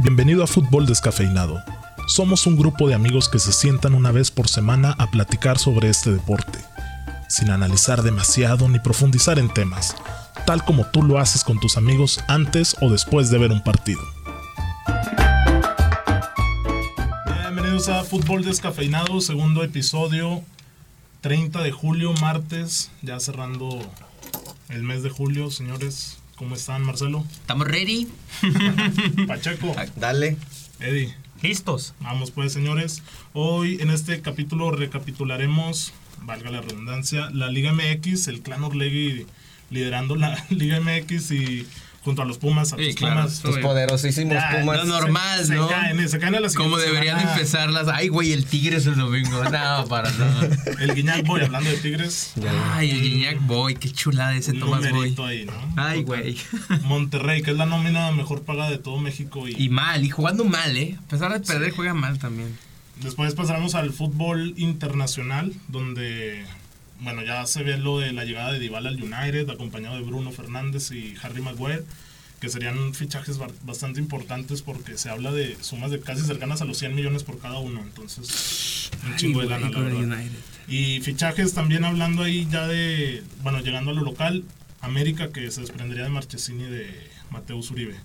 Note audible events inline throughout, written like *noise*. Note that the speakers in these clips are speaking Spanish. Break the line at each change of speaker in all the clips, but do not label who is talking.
Bienvenido a Fútbol Descafeinado. Somos un grupo de amigos que se sientan una vez por semana a platicar sobre este deporte, sin analizar demasiado ni profundizar en temas, tal como tú lo haces con tus amigos antes o después de ver un partido. Bienvenidos a Fútbol Descafeinado, segundo episodio, 30 de julio, martes, ya cerrando el mes de julio, señores. ¿Cómo están, Marcelo?
¿Estamos ready?
Pacheco,
Dale.
Eddie.
Listos.
Vamos pues señores, hoy en este capítulo recapitularemos, valga la redundancia, la Liga MX, el clan Orlegui liderando la *laughs* Liga MX y junto a los Pumas, a
Sí,
los
claro.
Pumas. Pues
Los poderosísimos
Ya,
Pumas.
Lo normal,
se
¿no?
caen, se caen a la siguiente
Como deberían
semana.
empezar las... Ay, güey, el Tigres el domingo. No, para *laughs* nada.
El Guiñac Boy, hablando de Tigres,
Ay, el Guiñac Boy. Qué chulada *laughs* ese
un
Tomás Boy.
numerito ahí, ¿no?
Ay,
Contra
güey.
Monterrey, que es la nómina mejor pagada de todo México
Y mal, y jugando mal, ¿eh? A pesar de perder, juega mal también.
Después pasaremos al fútbol internacional, donde, bueno, ya se ve lo de la llegada de Dybala al United, acompañado de Bruno Fernández y Harry Maguire, que serían fichajes bar- bastante importantes porque se habla de sumas de casi cercanas a los 100 millones por cada uno, entonces un
Ay,
chingo de
güey,
lana, la
con el
verdad.
United.
Y fichajes también hablando ahí ya de, bueno, llegando a lo local, América que se desprendería de Marchesini y de Mateus Uribe.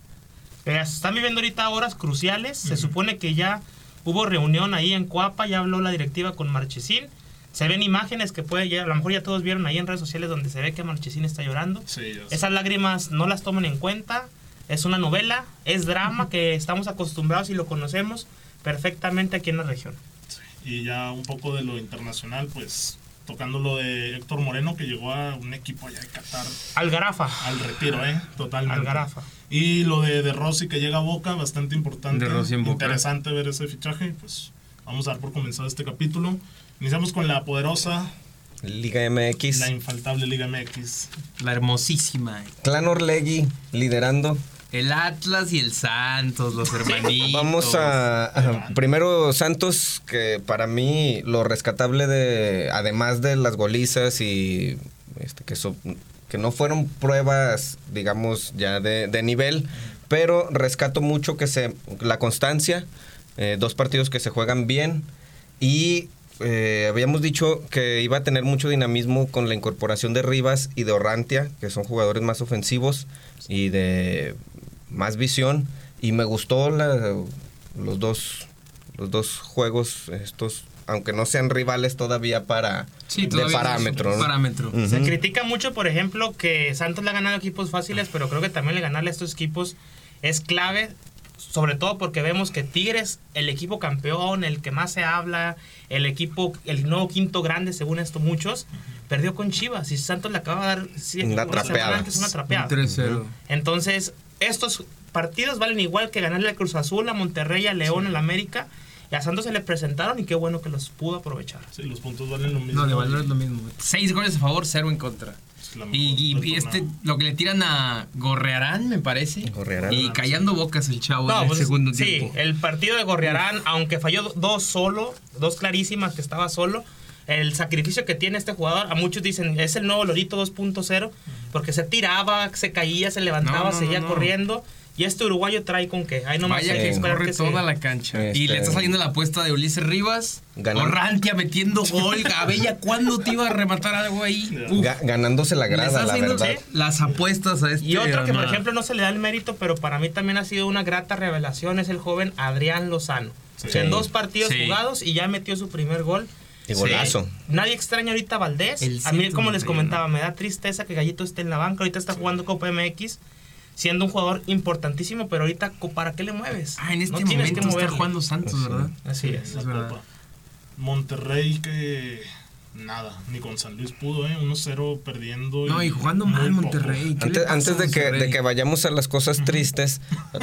Mira, Eh, se están viviendo ahorita horas cruciales. Se supone que ya hubo reunión ahí en Coapa, ya habló la directiva con Marchesín. Se ven imágenes que puede, ya, a lo mejor ya todos vieron ahí en redes sociales donde se ve que Marchesín está llorando.
Sí, ya sé.
Esas lágrimas no las tomen en cuenta. Es una novela, es drama que estamos acostumbrados y lo conocemos perfectamente aquí en la región.
y ya un poco de lo internacional, pues tocando lo de Héctor Moreno que llegó a un equipo allá de Qatar
Algarafa.
al retiro, ¿eh? Totalmente.
Algarafa.
Y lo de, de Rossi que llega a Boca, bastante importante.
De Rossi en Boca.
Interesante ver ese fichaje. y, Pues vamos a dar por comenzado este capítulo. Iniciamos con la poderosa,
Liga MX.
la infaltable Liga MX.
La hermosísima. eh.
Clan Orlegui liderando.
El Atlas y el Santos, los hermanitos.
Vamos a, a- Primero Santos, que para mí lo rescatable de... Además de las golizas y... Este, que, so- que no fueron pruebas, digamos, ya de, de nivel. Pero rescato mucho que se... La constancia. eh, dos partidos que se juegan bien. Y eh, habíamos dicho que iba a tener mucho dinamismo con la incorporación de Rivas y de Orrantia, que son jugadores más ofensivos y de más visión. Y me gustó la- los dos los dos juegos estos, aunque no sean rivales todavía para
Sí, todavía
de Mm.
no es un
parámetro. ¿no?
Parámetro.
Ujú.
Se critica mucho, por ejemplo, que Santos le ha ganado equipos fáciles, pero creo que también le ganarle a estos equipos es clave, sobre todo porque vemos que Tigres, el equipo campeón, el que más se habla, el equipo, el nuevo quinto grande, según esto muchos, perdió con Chivas y Santos le acaba de dar sí,
Una
una semana
trapeada.
antes una trapeada.
3-0.
Entonces, estos partidos valen igual que ganarle a Cruz Azul, a Monterrey, a León, a la América. Y a Santos se le presentaron y qué bueno que los pudo aprovechar.
Sí, los puntos valen lo mismo.
No, de valor es lo mismo. Seis goles a favor, cero en contra.
Es la mejor
Y, y- y
del
este,
torneo.
lo que le tiran a Gorrearán, me parece.
Gorrearán.
Y callando bocas el chavo
No,
en el
pues,
segundo
sí,
tiempo.
el partido de Gorriarán, aunque falló do- dos solo, dos clarísimas que estaba solo, el sacrificio que tiene este jugador, a muchos dicen, es el nuevo Lorito 2.0, porque se tiraba, se caía, se levantaba,
No, no,
seguía
no, no.
corriendo. Y este uruguayo trae con qué. Ahí nomás
Vaya
hay
que
esperar
corre
que se-
toda la cancha.
Este-
Y le está saliendo la apuesta de Ulises Rivas.
Ganando.
Orrantia metiendo gol. Gabella, ¿cuándo te iba a rematar algo ahí?
Ya.
Uf,
Ga- ganándose la
le está
grada, la
haciendo
verdad.
las apuestas a este.
Y otro que, por
Armada.
ejemplo, no se le da el mérito, pero para mí también ha sido una grata revelación, es el joven Adrián Lozano.
Sí.
Que En dos partidos
Sí.
jugados y ya metió su primer gol.
Y golazo.
Nadie extraña ahorita a Valdés.
El
a mí, como
191.
les comentaba, me da tristeza que Gallito esté en la banca. Ahorita está jugando Copa MX, siendo un jugador importantísimo, pero ahorita, co- ¿para qué le mueves?
Ah, en este
No tienes
momento
que
está
moverle.
jugando Santos, ¿verdad?
Así es.
Sí. Es verdad.
Copa. Monterrey que nada, ni con San Luis pudo, ¿eh? 1-0 perdiendo.
No, y jugando
muy
mal
poco.
Monterrey. ¿Qué le
Antes,
pasa
antes
a
de, que, de
Monterrey?
que vayamos a las cosas tristes,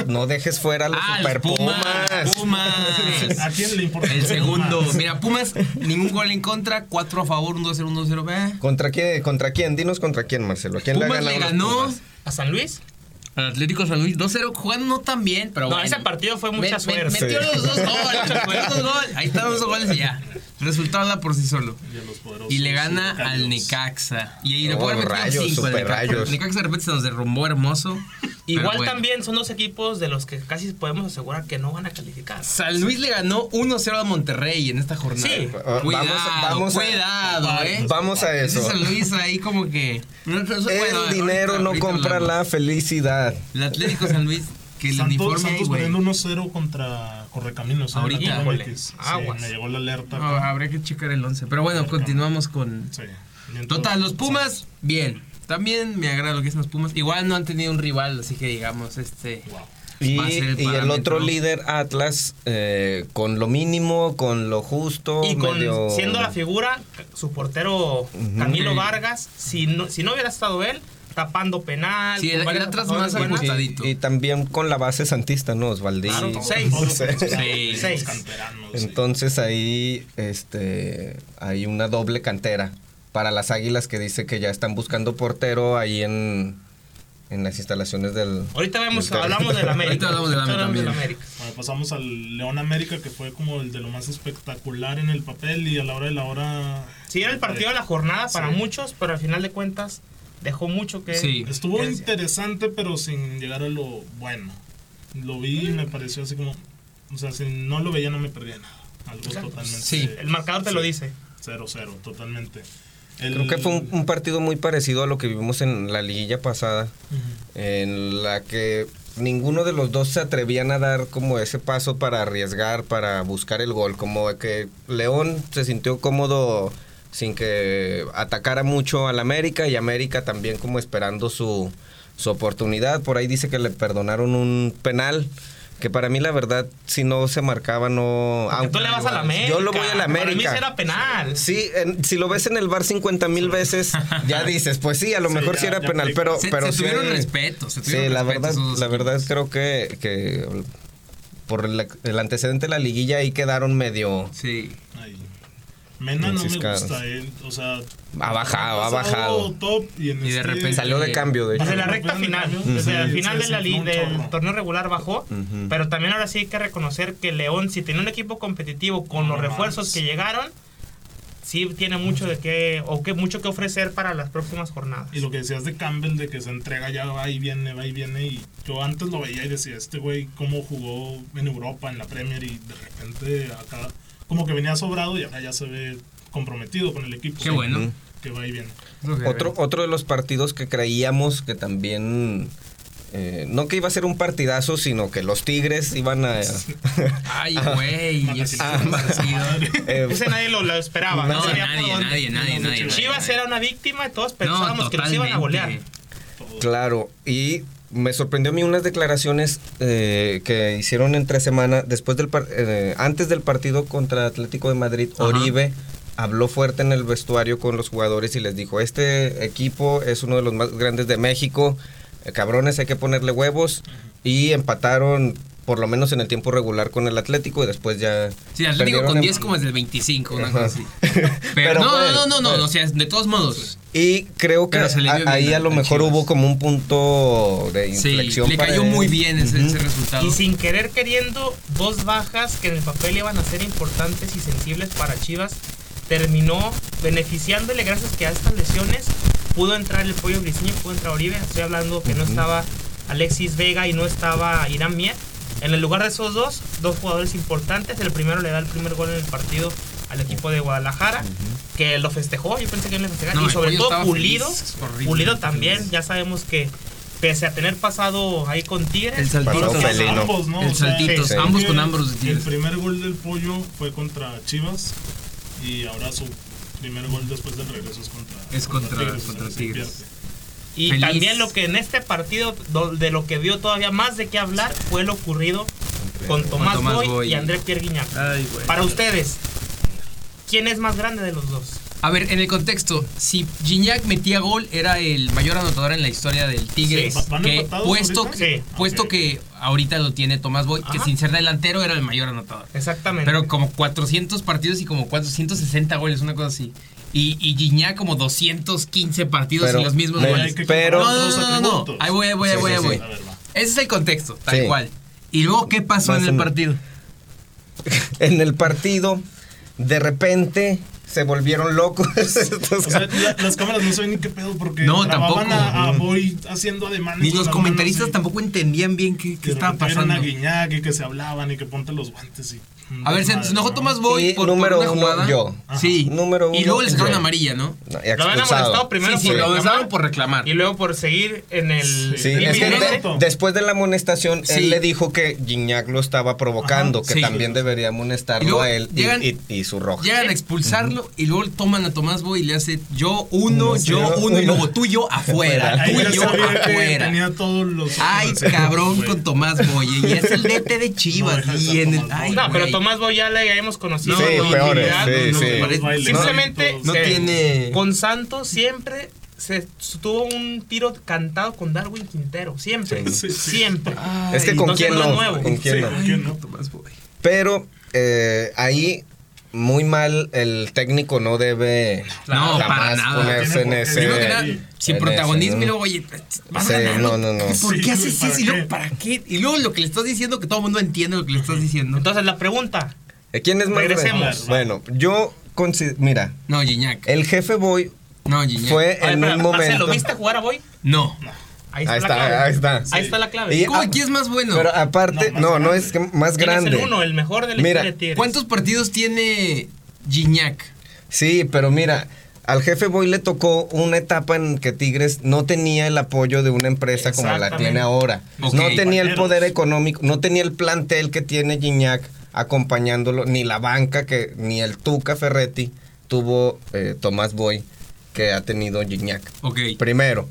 no dejes fuera a los
Ah,
Super
los Pumas.
Pumas. *laughs*
*laughs*
Pumas.
¿A quién le importa?
El segundo.
Pumas.
Mira, Pumas, ningún gol en contra, cuatro a favor, un 2-0, un 2-0. ve.
¿Contra quién? ¿Contra quién? Dinos contra quién, Marcelo. ¿A quién le ha
Pumas
ganado
le
los
ganó
Pumas?
¿A San Luis?
al Atlético San Luis 2-0, jugando no tan bien, pero
No,
bueno.
ese partido fue mucha
Me- me-
suerte.
Metió los dos goles, los dos goles. Ahí están los dos goles y ya. El Resultado habla por sí solo.
Y, a los poderosos,
Y le gana
locales.
al Necaxa. Y ahí le
Oh,
pueden meter
rayos,
cinco al
super
Necaxa.
rayos.
El Necaxa de repente se nos derrumbó hermoso. Pero
Igual
bueno.
también son dos equipos de los que casi podemos asegurar que no van a calificar.
San Luis le ganó 1-0 a Monterrey en esta jornada.
Sí.
Cuidado,
Ah, Vamos a- vamos a-
cuidado, eh.
Vamos a
Ese
eso.
San Luis ahí como que... Bueno, ahorita-
El dinero no
ahorita
compra
hablamos.
la felicidad.
El Atlético San Luis, que el
Santos,
uniforme, ahí,
Santos
güey.
perdiendo 1-0 contra Correcaminos. en la
Ahorita.
Copa
Híjole,
MX. Sí,
aguas.
me llegó la alerta.
No, habría que checar el 11. Pero bueno, continuamos con...
Sí. Mientras-
Total, los Pumas, bien. También me agrada lo que hacen los Pumas. Igual no han tenido un rival, así que digamos, este...
Wow.
Y,
va a ser
y el
parámetro.
otro líder, Atlas, eh, con lo mínimo, con lo justo.
Y con,
medio-
siendo la figura, su portero Camilo Vargas, si no, si no hubiera estado él, tapando penal.
Sí,
con
el-
varias
el Atlas
tapadas
más
buenas.
ajustado.
y, y también con la base santista, ¿no? Osvaldi.
Claro,
Todos
seis.
los
Sí.
canteranos,
Seis.
los canteranos, sí.
Entonces ahí este, hay una doble cantera para las águilas que dice que ya están buscando portero ahí en, en las instalaciones del...
Ahorita vemos,
Ahorita-
hablamos del
Ahorita
América.
hablamos del América también.
América.
Bueno, pasamos al León América, que fue como el de lo más espectacular en el papel y a la hora de la hora... eh,
Sí, era el partido de la jornada para
Sí.
muchos, pero al final de cuentas dejó mucho que...
Sí.
Estuvo
que desear.
interesante, pero sin llegar a lo bueno. Lo vi y me pareció así como... O sea, si no lo veía no me perdía nada. Algo totalmente...
Sí.
El marcador te lo dice.
0-0, totalmente.
Creo que fue un, un partido muy parecido a lo que vivimos en la liguilla pasada,
Ujú.
en la que ninguno de los dos se atrevían a dar como ese paso para arriesgar, para buscar el gol, como que León se sintió cómodo sin que atacara mucho al América y América también como esperando su, su oportunidad. Por ahí dice que le perdonaron un penal. Que para mí, la verdad, si no se marcaba, no.
Porque tú
aunque-
le vas a la América.
Ah, Yo lo voy a la América.
Para mí sí era penal.
Sí, en- si lo ves en el bar 50 mil
*laughs*
veces, ya dices, pues sí, a lo
Sí,
mejor
ya-
sí era
ya
penal,
te-
pero...
Se,
pero
se
sí-
tuvieron respeto, se
Sí,
tuvieron
la
respeto
verdad,
esos dos
la verdad
equipos.
creo que, que por el, el antecedente de la liguilla ahí quedaron medio...
Sí.
Ahí. Mena no me
Franciscanos.
gusta, él, o sea...
Ha bajado, ha
pasado
bajado.
top y, en
Y de
este-
repente
Salió de cambio, de hecho.
Desde la recta final,
Ujú.
desde el
Sí,
final
sí,
de la
sí,
li-
un
del
chorro.
torneo regular bajó,
Ujú.
pero también ahora sí hay que reconocer que León, si tenía un equipo competitivo con los
No
refuerzos
mames.
que llegaron, sí tiene mucho de qué, o que, mucho que ofrecer para las próximas jornadas.
Y lo que decías de Campbell, de que se entrega ya, va y viene, va y viene. Y yo antes lo veía y decía, este güey, cómo jugó en Europa, en la Premier, y de repente acá, como que venía sobrado y ahora ya se ve comprometido con el equipo.
Qué bueno.
Ujú.
Que va y viene.
Otro, otro de los partidos que creíamos que también... eh, no que iba a ser un partidazo, sino que los Tigres
*laughs*
iban a... eh,
Ay, güey. ese
Ah,
partido.
eh,
Ese nadie lo, lo
Ah,
esperaba.
No,
sabía por
nadie,
dónde.
nadie, nadie, nadie.
Chivas
nadie.
era una víctima y todos
No,
pensábamos que los iban a golear.
totalmente.
Todo.
Claro, y me sorprendió a mí unas declaraciones eh, que hicieron entre semana, después del par- eh, antes del partido contra Atlético de Madrid,
Ajá.
Oribe habló fuerte en el vestuario con los jugadores y les dijo, este equipo es uno de los más grandes de México, eh, cabrones, hay que ponerle huevos, y empataron por lo menos en el tiempo regular con el Atlético y después ya...
Sí, Atlético
perdieron
con
en-
10 como desde el 25, una
Ajá.
cosa
*laughs*
así. Pero,
Pero
no,
fue-
no, no, no,
fue.
no, o sea, de todos modos.
Y creo que
Pero se le
a-
dio bien
ahí
a-
a lo
a
mejor
Chivas.
hubo como un punto de
Sí,
inflexión.
le
para
cayó
él.
muy bien ese,
Ujú.
ese resultado.
Y sin querer queriendo, dos bajas que en el papel iban a ser importantes y sensibles para Chivas, terminó beneficiándole gracias que a estas lesiones pudo entrar el Pollo Briseño, pudo entrar Oribe. Estoy hablando que no
Ujú.
estaba Alexis Vega y no estaba Irán Mier. En el lugar de esos dos, dos jugadores importantes. El primero le da el primer gol en el partido al equipo de Guadalajara, que lo festejó. Yo pensé que no lo festejaba.
No,
y
el
sobre
Pollo
todo
estaba
Pulido.
feliz, horrible,
Pulido también.
feliz.
Ya sabemos que pese a tener pasado ahí con Tigres,
El saltito.
Pasó
Ambos,
felino.
¿no?
El
O sea,
saltito,
sí.
ambos con
que
ambos de
El
Tigres.
primer gol del pollo fue contra Chivas y ahora su primer gol después del regreso es contra
Es contra- contra
se
Tigres.
invierte.
Y
Feliz.
también lo que en este partido, do- de lo que vio todavía más de qué hablar, fue lo ocurrido con Tomás,
Tomás
Boy,
Boy.
y André Pierre Guignac.
Ay, güey.
Para ustedes, ¿quién es más grande de los dos?
A ver, en el contexto, si Gignac metía gol, era el mayor anotador en la historia del Tigres.
Sí.
¿Van
que
empatados
puesto,
ahorita?
que-
Sí.
puesto
Ok.
que ahorita lo tiene Tomás Boy, que
Ajá.
sin ser delantero era el mayor anotador.
Exactamente.
Pero como 400 partidos y como 460 goles, una cosa así. Y, y Gignac como 215 partidos
Pero-
y los mismos
pero-
goles.
Hay que
pero-
comparar
No, no,
los
no, no, no.
atributos.
Ahí voy, ahí voy, ahí
Sí,
voy,
sí,
ahí voy.
sí.
A ver, va.
Ese es el contexto, tal
Sí.
cual. Y luego, ¿qué pasó
Más
en el
o menos.
partido?
en el partido, de repente se volvieron locos. *laughs* Estos
O sea, la- las cámaras no saben ni qué pedo porque
No,
grababan
tampoco.
a, a Boy haciendo ademanes.
Ni
con
los
las
comentaristas
manos y-
tampoco entendían bien qué, qué
de
estaba
repente vieron
pasando.
a Guiñac y que se hablaban y que ponte los guantes y...
A ver, se
Madre,
se enojó
¿no?
Tomás Boy
Y
por, por
número
una
uno,
jugada.
yo.
Sí.
Número
Y luego
uno,
le sacaron
yo.
amarilla, ¿no?
No, y
Lo habían
expulsado.
amonestado primero
sí, sí,
por
lo
reclamar
amonestaron por reclamar.
y luego por seguir en el...
Sí,
Y
es que
Guiñac-
de- después de la amonestación,
Sí.
él le dijo que Gignac lo estaba provocando,
Ajá,
que
sí.
también debería amonestarlo
Y luego
a él y,
llegan-
y- y su roja.
Llegan a expulsarlo y luego toman a Tomás Boy y le hace yo uno,
No sé,
yo
yo
uno, y
uno.
luego tú y yo afuera.
Ahí
Tú
ya
y yo
sabía que
afuera.
tenía todos los...
Ay, cabrón
Güey.
con Tomás Boy. Y es el DT de Chivas.
No, deja de
y
ser
en el-
Tomás
ay,
Boy.
No, pero
güey.
Tomás Boy ya le hemos conocido.
Sí,
en la
peores,
intimidad,
sí,
no,
sí.
no,
parece-
Bailecitos.
Simplemente
No
se-
tiene.
Con Santos siempre se tuvo un tiro cantado con Darwin Quintero. Siempre.
Sí.
Siempre.
Ay,
Es que con
entonces
quién
no es
no,
nuevo.
con quién
Sí,
no.
¿con quién no?
Tomás Boy.
Pero eh, ahí muy mal el técnico no debe
No,
jamás
para nada.
ponerse en
Tiene por qué.
ese.
Primero que nada, sin
en
protagonismo
ese,
y
¿no?
luego, oye, vas
Sí,
ganando.
no, no, no.
¿Por
Sí,
qué haces
¿para
eso? Y luego,
qué?
¿para qué? Y luego lo que le estás diciendo, que todo el mundo entiende lo que le estás diciendo.
Entonces la pregunta.
¿Eh, ¿Quién es más grande?
Regresemos.
Bueno, yo considero. Mira,
No, Gignac.
el jefe Boy
No, Gignac.
fue
A ver,
en
espera,
un momento.
Marcelo, ¿viste jugar a Boy?
No.
Ahí está,
Ahí
la clave.
está, ahí está.
Ahí
Sí.
está la clave.
Y-
¿Cómo
ah,
quién es más bueno?
Pero aparte,
No, más
no, no,
grande.
es que más
¿Quién
grande.
es el uno, el mejor de la
Mira,
historia de Tigres?
¿Cuántos partidos tiene Gignac?
Sí, pero mira, al jefe Boy le tocó una etapa en que Tigres no tenía el apoyo de una empresa como la
Exactamente.
tiene ahora.
Ok.
No tenía el
Compañeros.
poder económico, no tenía el plantel que tiene Gignac acompañándolo, ni la banca que ni el Tuca Ferretti tuvo eh, Tomás Boy que ha tenido Gignac.
Ok.
Primero.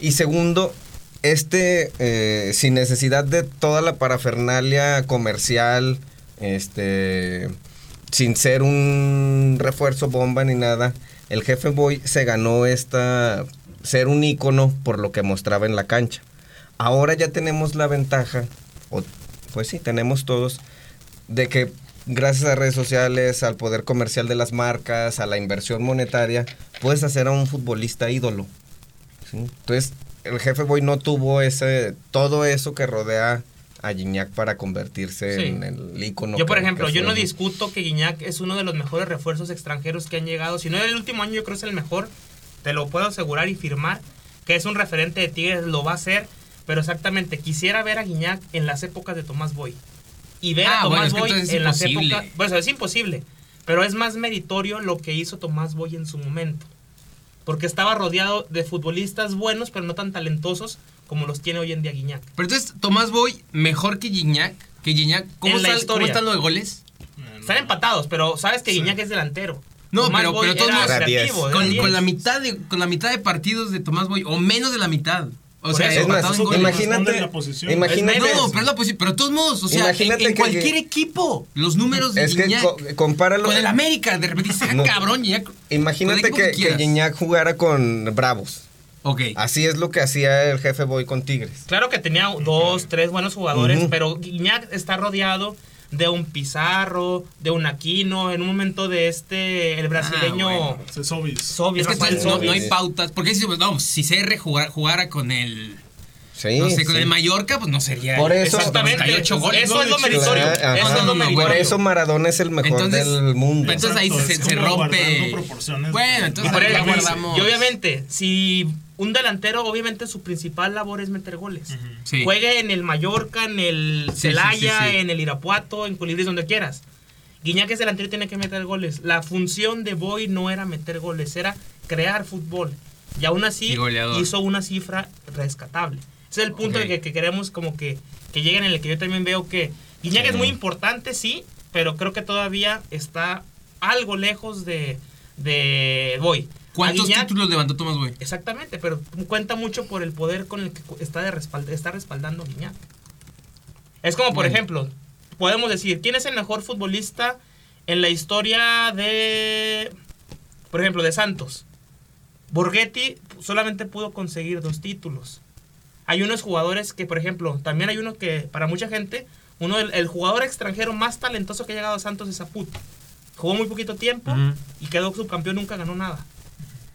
Y segundo, este, eh, sin necesidad de toda la parafernalia comercial, este, sin ser un refuerzo bomba ni nada, el jefe Boy se ganó esta, ser un ícono por lo que mostraba en la cancha. Ahora ya tenemos la ventaja, o, pues sí, tenemos todos, de que gracias a redes sociales, al poder comercial de las marcas, a la inversión monetaria, puedes hacer a un futbolista ídolo. ¿sí? Entonces, el jefe Boy no tuvo ese todo eso que rodea a Gignac para convertirse
Sí.
en el ícono.
yo, por
que-
ejemplo,
que
yo
fue,
no discuto que Guiñac es uno de los mejores refuerzos extranjeros que han llegado. Si no el último año, yo creo que es el mejor. Te lo puedo asegurar y firmar que es un referente de Tigres, lo va a ser. Pero exactamente, quisiera ver a Guiñac en las épocas de Tomás Boy. Y ver
Ah,
a
bueno,
Tomás
es que
Boy
entonces es
en las
imposible.
épocas. Bueno, es imposible. Pero es más meritorio lo que hizo Tomás Boy en su momento. Porque estaba rodeado de futbolistas buenos, pero no tan talentosos como los tiene hoy en día Guiñac.
Pero entonces, Tomás Boy, mejor que Gignac. Que Gignac, ¿cómo,
En la
está-
historia.
¿cómo están los goles?
Están empatados, pero sabes que
Sí.
Guiñac es delantero.
No,
Tomás
pero-
Boy
pero de todos
era
modos-
Era diez.
creativo, ¿eh? era
Con,
diez.
con la mitad de, con la mitad de partidos de Tomás Boy, o menos de la mitad. O
Por
sea,
eso,
Es más,
empatado en goles.
Responde
imagínate,
la posición.
imagínate,
Es
No, pero es la posi- Pero de todos modos, o sea, en- en,
Imagínate que-
cualquier equipo, los números de
es que
Gignac.
co- compáralo.
Con el América, de repente dices, ah,
No.
cabrón, Gignac. con el
Imagínate
equipo
que, que
quieras.
Gignac jugara con Bravos.
Ok.
Así es lo que hacía el jefe Boy con Tigres.
Claro que tenía dos, tres buenos jugadores,
Ujú.
pero Guiñac está rodeado de un Pizarro, de un Aquino, en un momento de este, el brasileño
Ah, bueno.
Se sobis.
Sobis,
Es que
Rafael
entonces no,
Sobis.
no hay pautas. Porque si, no, pues, si CR jugara, jugara con el.
Sí,
no sé, con
sí.
el Mallorca, pues no sería.
Por eso- pues,
Exactamente,
98 goles.
eso es lo
Claro,
meritorio.
Ajá.
Eso es lo
No, no,
meritorio.
Por eso Maradona es el mejor
Entonces-
del mundo.
Entonces ahí
Exacto,
se,
es
se
como
rompe.
guardando proporciones.
Bueno,
Y,
entonces
por
ahí
eso,
la guardamos.
y obviamente, si un delantero, obviamente su principal labor es meter goles.
Sí.
Juegue en el Mallorca, en el
Sí,
Celaya,
sí, sí, sí.
en el Irapuato, en Colibris, donde quieras. Guiñac es delantero y tiene que meter goles. La función de Boy no era meter goles, era crear fútbol. Y aún así
Y goleador.
hizo una cifra rescatable. Ese es el punto
Ok.
que, que queremos como que, que lleguen en el que yo también veo que Guiñac es muy importante, sí, pero creo que todavía está algo lejos de, de Boy. A
¿Cuántos
Guiñac-
títulos levantó Tomás Boy?
Exactamente, pero cuenta mucho por el poder con el que cu- está, de respal- está respaldando Guiñac. Es como, por
Bueno.
ejemplo, podemos decir, ¿quién es el mejor futbolista en la historia de, por ejemplo, de Santos? Borghetti solamente pudo conseguir dos títulos. Hay unos jugadores que, por ejemplo, también hay uno que, para mucha gente, uno del- el jugador extranjero más talentoso que ha llegado a Santos es Zaputo. Jugó muy poquito tiempo
Ujú.
y quedó subcampeón, nunca ganó nada.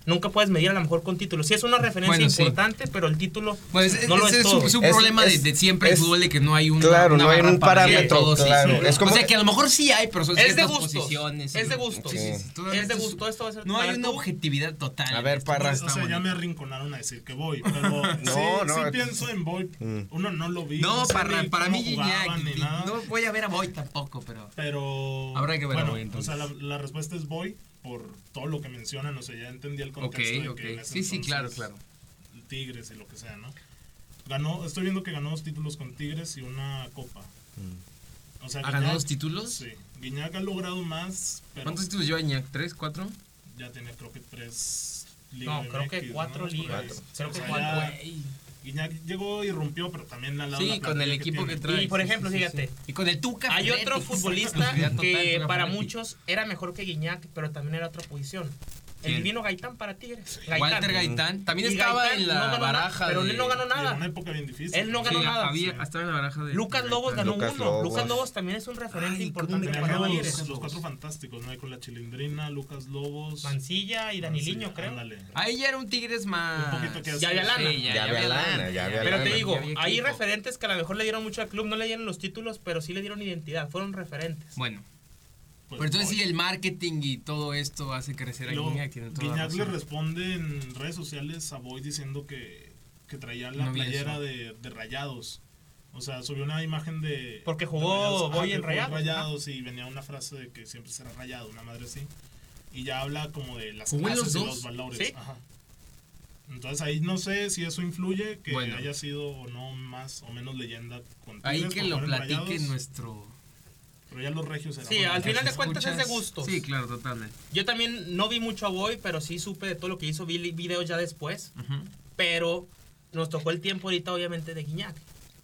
nunca puedes medir a lo mejor con títulos. Sí es una referencia
Bueno, sí.
importante, pero el título
Pues es-
no lo
ese
es
es,
todo.
un, es un
Es-
problema de-
es-
de, siempre
es-
el fútbol de que no hay un
Claro, no hay un parámetro, claro.
Es
como-
o sea, que a lo mejor sí hay, pero son
Es de
pues, ciertas
gustos,
posiciones.
es
y-
de gustos.
sí, sí, sí. Tú-
Es de gusto, esto va a ser
No hay
para
una
tú.
objetividad total. este
A ver,
Esto
Parra.
no
O
está
sea, ya
bonito.
me arrinconaron a decir que voy, pero sí,
*laughs* no. Mm.
sí pienso en voy. Uno no lo vi.
No,
sé
para,
ni
para
cómo
mí
jugaban
Gignac.
ni nada.
No voy a ver a Boy tampoco, pero.
Pero.
Habrá que ver a
bueno,
Boy, entonces.
O sea, la, la respuesta es voy por todo lo que mencionan. O sea, ya entendí el
Ok,
contexto. de
ok.
que en ese
Sí, sí, claro,
entonces
claro.
Tigres y lo que sea, ¿no? Ganó, estoy viendo que ganó dos títulos con Tigres y una copa. O sea,
Mm. ¿Ha ganado
Guiñac-
dos títulos?
Sí. Guiñac ha logrado más, pero
¿Cuántos títulos lleva Iñak? ¿Tres? ¿Cuatro?
ya tiene creo que tres
No,
ligas.
creo que
MX,
cuatro
¿no? Por ahí.
ligas. Creo
O
que
sea,
Pues
cuatro.
ya- Guiñac llegó y rompió, pero también al lado de
Sí,
la
con el
plantilla
equipo que,
tiene.
trae.
Y, por
sí, sí,
ejemplo,
sí, sí.
fíjate,
Y con el Tuca.
Hay
Ferretti,
otro
que es
futbolista
exclusividad total,
que
Tuca
para
Ferretti.
muchos era mejor que Guiñac, pero también era otra posición. El
¿Quién?
divino Gaitán para Tigres.
Walter Gaitán. También
Y
estaba
Gaitán
en la
no ganó nada,
baraja.
pero
de-
él no ganó
Y en
nada.
una época bien difícil.
Él no
Sí,
ganó nada.
había- estaba en la baraja de.
Lucas
de
Lobos
Gaitán.
ganó
Lucas
uno.
Lobos.
Lucas Lobos también es un referente
Ay, ¿cómo
importante
me
para
ganó
Tenemos
Tigres.
los,
Lobos.
cuatro fantásticos, ¿no? Hay con la chilindrina, Lucas Lobos.
Mancilla y Daniliño,
Mancilla,
creo.
ándale.
Ahí ya era un Tigres más.
Un poquito que
Ya había lana.
Sí,
Ya había lana, ya había
Pero te
lana.
digo,
Ya había
hay
equipo.
referentes que a lo mejor le dieron mucho al club, no le dieron los títulos, pero sí le dieron identidad, fueron referentes.
Bueno,
Pues
pero entonces
voy.
sí, el marketing y todo esto hace crecer a
Luego,
Guiñac. tiene toda la
Guiñac le
razón.
responde en redes sociales a Boy diciendo que, que traía la
No vi
playera
eso.
de, de Rayados. O sea, subió una imagen de.
Porque
de
jugó
Rayados.
Boy
que
en
jugó
Rayados,
Rayados y venía una frase de que siempre será Rayado, una madre así. Y ya habla como de las
¿Jugó en
clases
los
y
dos?
los valores.
Sí.
Ajá. Entonces ahí no sé si eso influye, que
Bueno.
haya sido o no más o menos leyenda con
Ahí
Tigres,
que
con
lo
jugar en
platique
Rayados,
nuestro.
Pero ya los regios eran
Sí,
buenos.
al final de
¿Escuchas?
cuentas es de gustos.
Sí, claro, totalmente.
Yo también no vi mucho a Boy, pero sí supe de todo lo que hizo, vi li- videos ya después, pero nos tocó el tiempo ahorita obviamente de Guiñac.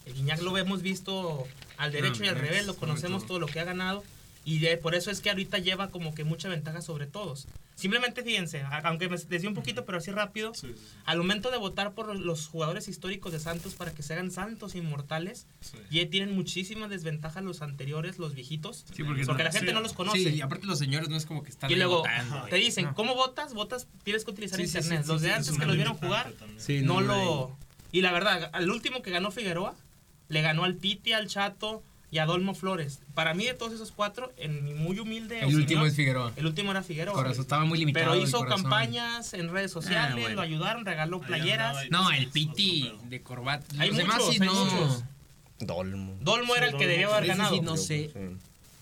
El Guiñac lo hemos visto al derecho
No,
y al
Ah, es
revés, lo
muy
conocemos
todo.
todo lo que ha ganado y de, por eso es que ahorita lleva como que mucha ventaja sobre todos. Simplemente fíjense, a- aunque me decía un poquito, pero así rápido,
Sí, sí, sí.
al momento de votar por los jugadores históricos de Santos para que se hagan santos e inmortales,
Sí.
ya tienen muchísimas desventajas los anteriores, los viejitos,
Sí, porque,
porque la
Sí.
gente no los conoce.
Sí, y aparte los señores no es como que están.
Y
ahí
luego
votando,
ajá,
güey.
te dicen,
No.
¿cómo votas? Votas, tienes que utilizar
Ah. Sí, sí,
internet.
sí,
los
sí,
de
sí,
antes
es
que
una
los vieron
limitante
jugar,
también.
Sí,
no
hay-
lo... Y la verdad, al último que ganó Figueroa, le ganó al Piti, al Chato y a Dolmo Flores. Para mí, de todos esos cuatro, en mi muy humilde
El
opinión,
último es Figueroa.
el último era Figueroa.
Corazón, estaba muy limitado.
Pero
el
hizo
corazón.
campañas en redes sociales,
Ah, bueno.
lo ayudaron, regaló
Ahí
playeras.
andaba ahí.
No, el Piti
Otro pedo.
de Corbat.
Hay
los demás
muchos,
sí
hay
no.
muchos.
Dolmo.
Dolmo era
Sí,
el que
Dolmo.
debió haber
Ese sí
ganado.
no sé.
Sí.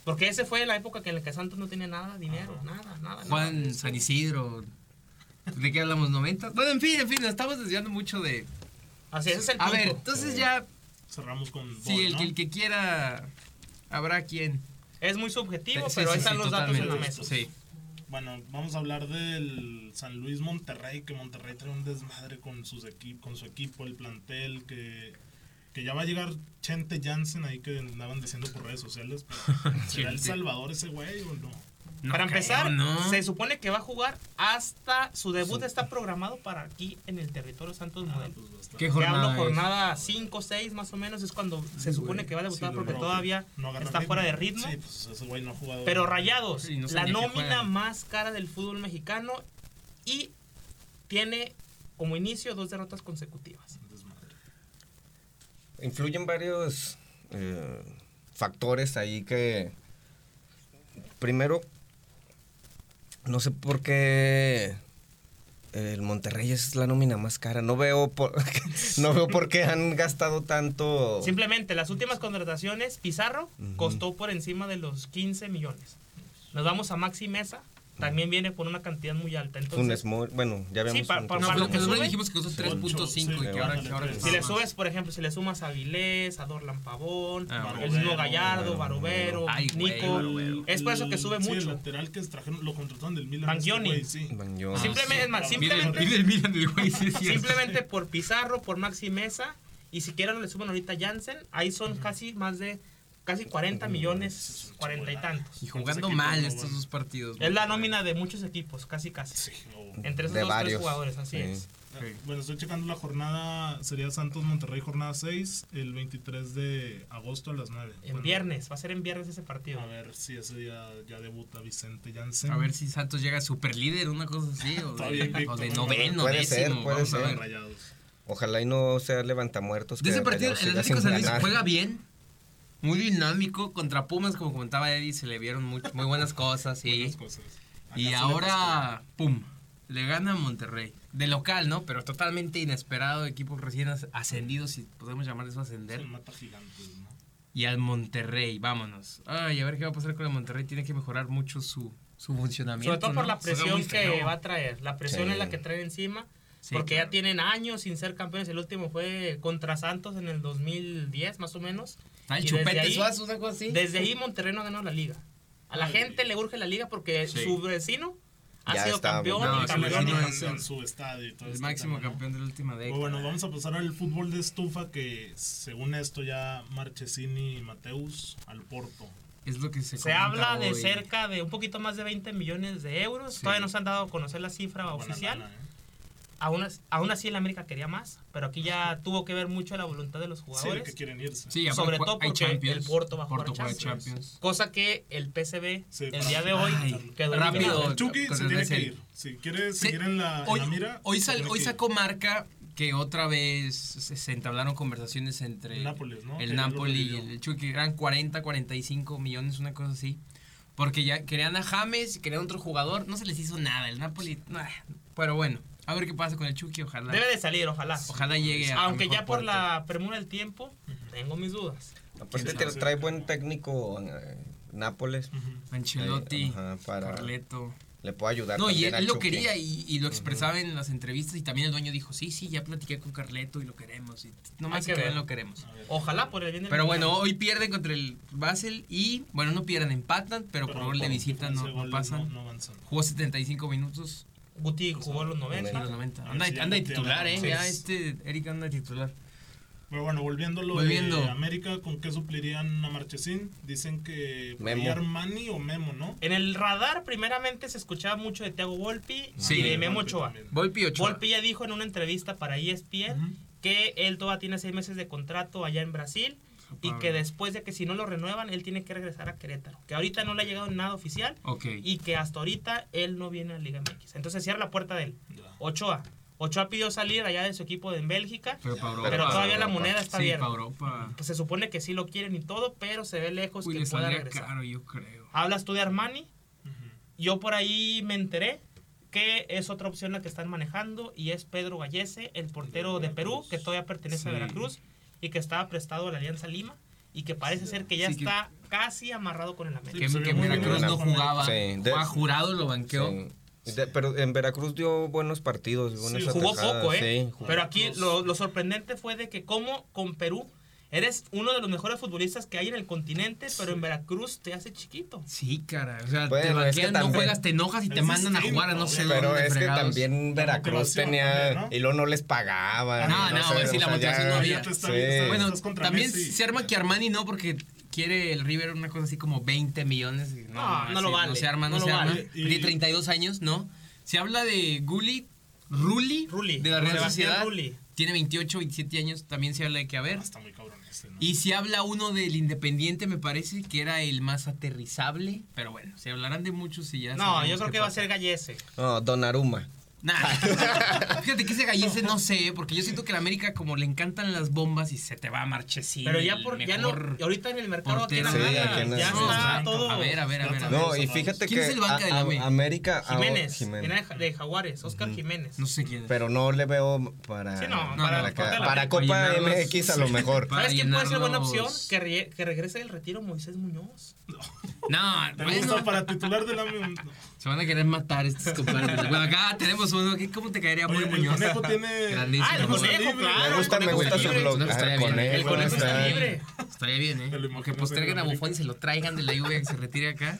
Porque ese fue la época que en la que Santos no tenía nada de dinero, nada, nada. nada.
Ah. Juan San Isidro. ¿De qué hablamos? ¿90? Bueno, en fin, en fin, nos estamos desviando mucho de.
Así ese es el
A
punto.
ver, entonces ya,
Cerramos con Boy,
sí, el,
¿no?
que- el que quiera, habrá quien.
es muy subjetivo,
Sí,
pero
sí,
ahí están
sí,
los datos en la
totalmente.
mesa.
Sí.
Bueno, vamos a hablar del San Luis Monterrey, que Monterrey trae un desmadre con sus equi- con su equipo, el plantel, que, que ya va a llegar Chente Jansen ahí que andaban diciendo por redes sociales.
*laughs*
pero ¿Será el
Chente.
Salvador ese güey o no?
No
para
creo,
empezar,
¿no?
se supone que va a jugar hasta su debut está programado para aquí en el territorio Santos Modelo.
Pues va a estar-
¿Qué
Que
jornada
hablo
es?
jornada 5 6 más o menos es cuando se
Sí,
supone
güey,
que va a debutar
sí, lo
porque
no,
todavía
no agarra
está
ritmo.
fuera de ritmo.
Sí, pues ese güey no ha jugado.
Pero Rayados,
Sí, no sé
la
ni a qué
nómina
juegan.
más cara del fútbol mexicano y tiene como inicio dos derrotas consecutivas.
Desmadre.
Influyen varios eh, factores ahí que. Primero, no sé por qué el Monterrey es la nómina más cara. No veo por, *laughs* no veo por qué han gastado tanto.
Simplemente las últimas contrataciones, Pizarro
Oh. Ujú.
costó por encima de los 15 millones. Nos vamos a Maxi Mesa, también viene por una cantidad muy alta.
un
Entonces,
small. Bueno, ya habíamos.
Sí, pa- pa-
No,
para
pero
lo que
nosotros
sube.
dijimos que costó 3.5 y que ahora que ahora
Sí,
si le
Nada
subes, por ejemplo, si le sumas a Vilés, a Dorlan Pavón,
Ah,
el mismo
Barovero,
Gallardo,
Barovero.
Barovero,
Ay, güey,
Nico.
Barovero.
Es por eso que sube
Sí, el
mucho.
lateral que trajeron, lo contrataron del Milan.
Mangione.
este güey, sí.
Bueno, yo-
Simplemente, es más,
Miren,
simplemente,
miren, miren, el güey, sí es cierto.
simplemente por Pizarro, por Maxi Mesa, y si quieren le suman ahorita a Jansen, ahí son casi más de casi 40 millones, 40 y tantos.
Y jugando mal estos dos partidos.
Es la nómina de muchos equipos, casi casi.
Sí, o-
Entre esos
De
dos tres
varios.
jugadores, así
Sí.
es.
Sí.
Ah, Bueno, estoy checando la jornada, sería Santos Monterrey jornada 6, el 23 de agosto a las 9.
En viernes, va a ser en viernes ese partido.
A ver si ese día ya debuta Vicente Janssen.
A ver si Santos llega super líder, una cosa así, o
Está bien,
de, o de
Víctor.
noveno,
Puede ser,
décimo,
puede
vamos a
ser.
ver.
Rayados.
Ojalá y no sea levantamuertos.
De
que
ese partido,
Rayados
el
siga
Atlético
sin
San Luis
ganar.
juega bien, muy dinámico, contra Pumas, como comentaba Eddie, se le vieron mucho- muy buenas cosas, sí.
Buenas cosas.
Y
Acá
ahora, pum, le gana a Monterrey. De local, ¿no? Pero totalmente inesperado, equipos recién as- ascendidos, si podemos llamar eso
se
ascender.
les mata gigantes, ¿no?
Y al Monterrey, vámonos. Ay, a ver qué va a pasar con el Monterrey, tiene que mejorar mucho su, su funcionamiento.
Sobre todo por
¿no?
la
Se ve muy
presión que
feo.
va a traer. La presión
Sí.
es la que trae encima.
Sí,
porque
claro.
ya tienen años sin ser campeones. El último fue contra Santos en el 2010, más o menos.
Está Ah, el
Y desde
chupete
ahí-
Suazo, una cosa así.
Desde ahí Monterrey no ha ganado la liga. A la
Ay.
gente le urge la liga porque
Sí.
su vecino ha
Ya
sido
está,
campeón.
no,
y
su
campeón.
vecino
Campeones
es
en
el-
su estadio y todo
El
este
máximo
tema, ¿no?
campeón de la última
Pero
década.
bueno, vamos a pasar al fútbol de estufa que según esto ya Marchesini y Mateus al Porto.
Es lo que se
Se
comenta
habla de
hoy.
cerca de un poquito más de 20 millones de euros.
Sí.
Todavía no se han dado a conocer la cifra
Buena
oficial.
lana, ¿eh?
Aún, as- aún así el América quería más, pero aquí ya tuvo que ver mucho la voluntad de los
Sí, de
jugadores.
que quieren irse.
Sí, aparte
sobre
cua-
todo
hay
porque el
Champions.
Porto va a jugar
Porto juega
Champions.
Champions.
Cosa que el PCB
Sí,
el
para-
día de hoy
Ay,
quedó
rápido.
eliminado.
El Chucky
Con
se
el
tiene que
Brasil.
ir. Si quiere
Sí,
seguir en, la, Ah, en
hoy,
la mira.
hoy,
se
sal-
tiene
hoy
que ir.
sacó marca que otra vez se, se entablaron conversaciones entre
Nápoles, ¿no? Que
el
ya lo
Napoli y
pidió.
el Chucky. Eran 40, 45 millones, una cosa así. Porque ya querían a James, querían otro jugador. No se les hizo nada. El Napoli. nah, pero bueno, a ver qué pasa con el Chucky. Ojalá,
Debe de salir, ojalá.
ojalá llegue a. a
Aunque
mejor
ya por
puerto.
la premura del tiempo, tengo mis dudas.
Aparte
¿Quién
te
sabe?
trae buen técnico eh, Nápoles.
Ujú.
Ancelotti,
Ajá, para-
Carleto.
Le puedo ayudar.
No, y
también
él,
al
él lo
Chucky.
quería y, y lo expresaba en las entrevistas y también el dueño dijo, sí, sí, ya platiqué con Carleto y lo queremos. Y no
Hay
más
que
que
ver.
lo queremos.
A ver.
Ojalá por el bien del
Pero bueno,
América.
hoy pierden contra el Basel y, bueno, no pierden, empatan, pero, por gol de visita no,
diferencia de
no
goles
pasan.
No, no avanzan.
Jugó 75 minutos
Guti jugó los
y
90.
los 90.
A ver
Anda,
si ya
anda de
no tiene
titular, ¿eh?
nada.
Ya
Sí.
este Eric anda de titular.
Pero bueno, volviendo a lo
Volviendo.
de América, ¿con qué suplirían a Marchesín? Dicen que por
Memo.
ahí Armani o Memo, ¿no?
En el radar, primeramente, se escuchaba mucho de Thiago Volpi
Sí.
y de Memo
Volpi
Ochoa.
también.
Volpi 8.
Volpi ya dijo en una entrevista para E ESPN
Ujú.
que él todavía tiene seis meses de contrato allá en Brasil
Ah,
y que después de que si no lo renuevan, él tiene que regresar a Querétaro. Que ahorita no le ha llegado nada oficial
Ok.
y que hasta ahorita él no viene a la Liga MX. Entonces cierra la puerta de él.
Ya.
Ochoa. Ochoa pidió salir allá de su equipo de en Bélgica,
Pero para Europa.
pero, todavía la
Europa.
moneda está
sí,
abierta.
para Europa.
Pues se supone que sí lo quieren y todo, pero se ve lejos
Uy,
Pues que
le
pueda
saldría
regresar.
caro, yo creo.
Hablas tú de Armani,
Ujú.
yo por ahí me enteré que es otra opción la que están manejando y es Pedro Gallese, el portero de Perú, que todavía pertenece a
Sí.
Veracruz y que estaba prestado a la Alianza Lima y que parece ser que ya
Sí, que-
está casi amarrado con el
Sí,
América.
Que,
se vio
que
muy bien
Veracruz
en la
no
Copa
jugaba.
América. Sí, de-
Juan Jurado lo banqueó.
Sí. De- pero en Veracruz dio buenos partidos. buenas
Jugó
atajadas,
poco, ¿eh?
sí, jugó.
Pero aquí lo, lo sorprendente fue de que como con Perú eres uno de los mejores futbolistas que hay en el continente, pero en Veracruz te hace chiquito.
Sí, cara. O sea,
Bueno,
te
es
banquean,
que
no
también-
juegas, te enojas y te
Es
mandan a
distinto,
jugar a no sé
Pero
dónde.
es que
fregados.
también Veracruz
motivación
tenía.
también, ¿no?
Y luego no les pagaba.
No, Ah, no,
sé,
güey, sí,
o
la
sea,
motivación no había.
Ya te está-
sí.
está-
Bueno,
Eh, estás contra
también
Messi.
se arma que Armani no, porque quiere el River una cosa así como 20 millones. y
No, no lo
sí,
vale,
No se arma, no,
no lo
se arma.
vale.
Y-
Tiene 32 años, ¿no? Se habla de Gulli, Rulli,
Rulli,
de la Real
Sebastián
Sociedad.
Rulli.
Tiene 28, 27 años. También se habla de que, a ver.
Ah, está muy cabrón ese, ¿no?
Y se habla uno del Independiente, me parece, que era el más aterrizable. Pero bueno, se hablarán de muchos y ya.
No,
sabremos
yo creo
qué
que va a
pasa.
ser Gallese.
No, Donnarumma.
Nah. *laughs* Fíjate que ese gallese no sé, porque yo siento que la América como le encantan las bombas y se te va a marchesín.
Pero ya
el
por ya no,
mejor
y ahorita en el mercado aquí
portero.
nada,
Sí, aquí en el-
ya
Sí,
está
exacto.
todo.
A ver, a ver, a ver. a ver.
No, y fíjate
¿Quién
que.
es el banca de la
a- a-
América?
América. ahora-
Jiménez,
Jiménez.
viene de- de Jaguares, Oscar Jiménez.
No sé quién es.
Pero no le veo para.
Sí, no,
No, para-
la ca-
para la-
para Copa
para llenarlos.
MX a lo
*laughs*
mejor.
para
¿Sabes quién puede ser buena
llenarlos.
opción? Que, re- que regrese del retiro Moisés Muñoz.
No,
¿Te
bueno,
gusta *laughs* para titular de la.
se van a querer matar estos
*laughs*
compadres. Bueno, acá tenemos uno. ¿qué- ¿Cómo te caería muy
Oye, el
Muñoz? *laughs*
conejo tiene.
Grandísimo.
Ah, el
Está
conejo,
libre.
claro.
Me gusta,
el
me
conejo
gusta
está
su
libre.
blog.
No, estaría
Ah,
bien. ¿eh?
El
Bueno,
conejo está
está-
libre.
Estaría bien,
Te lo
¿eh? O que
imaginas en
posterguen a
América.
Bufón y se lo traigan de la lluvia que se retire
*laughs*
acá.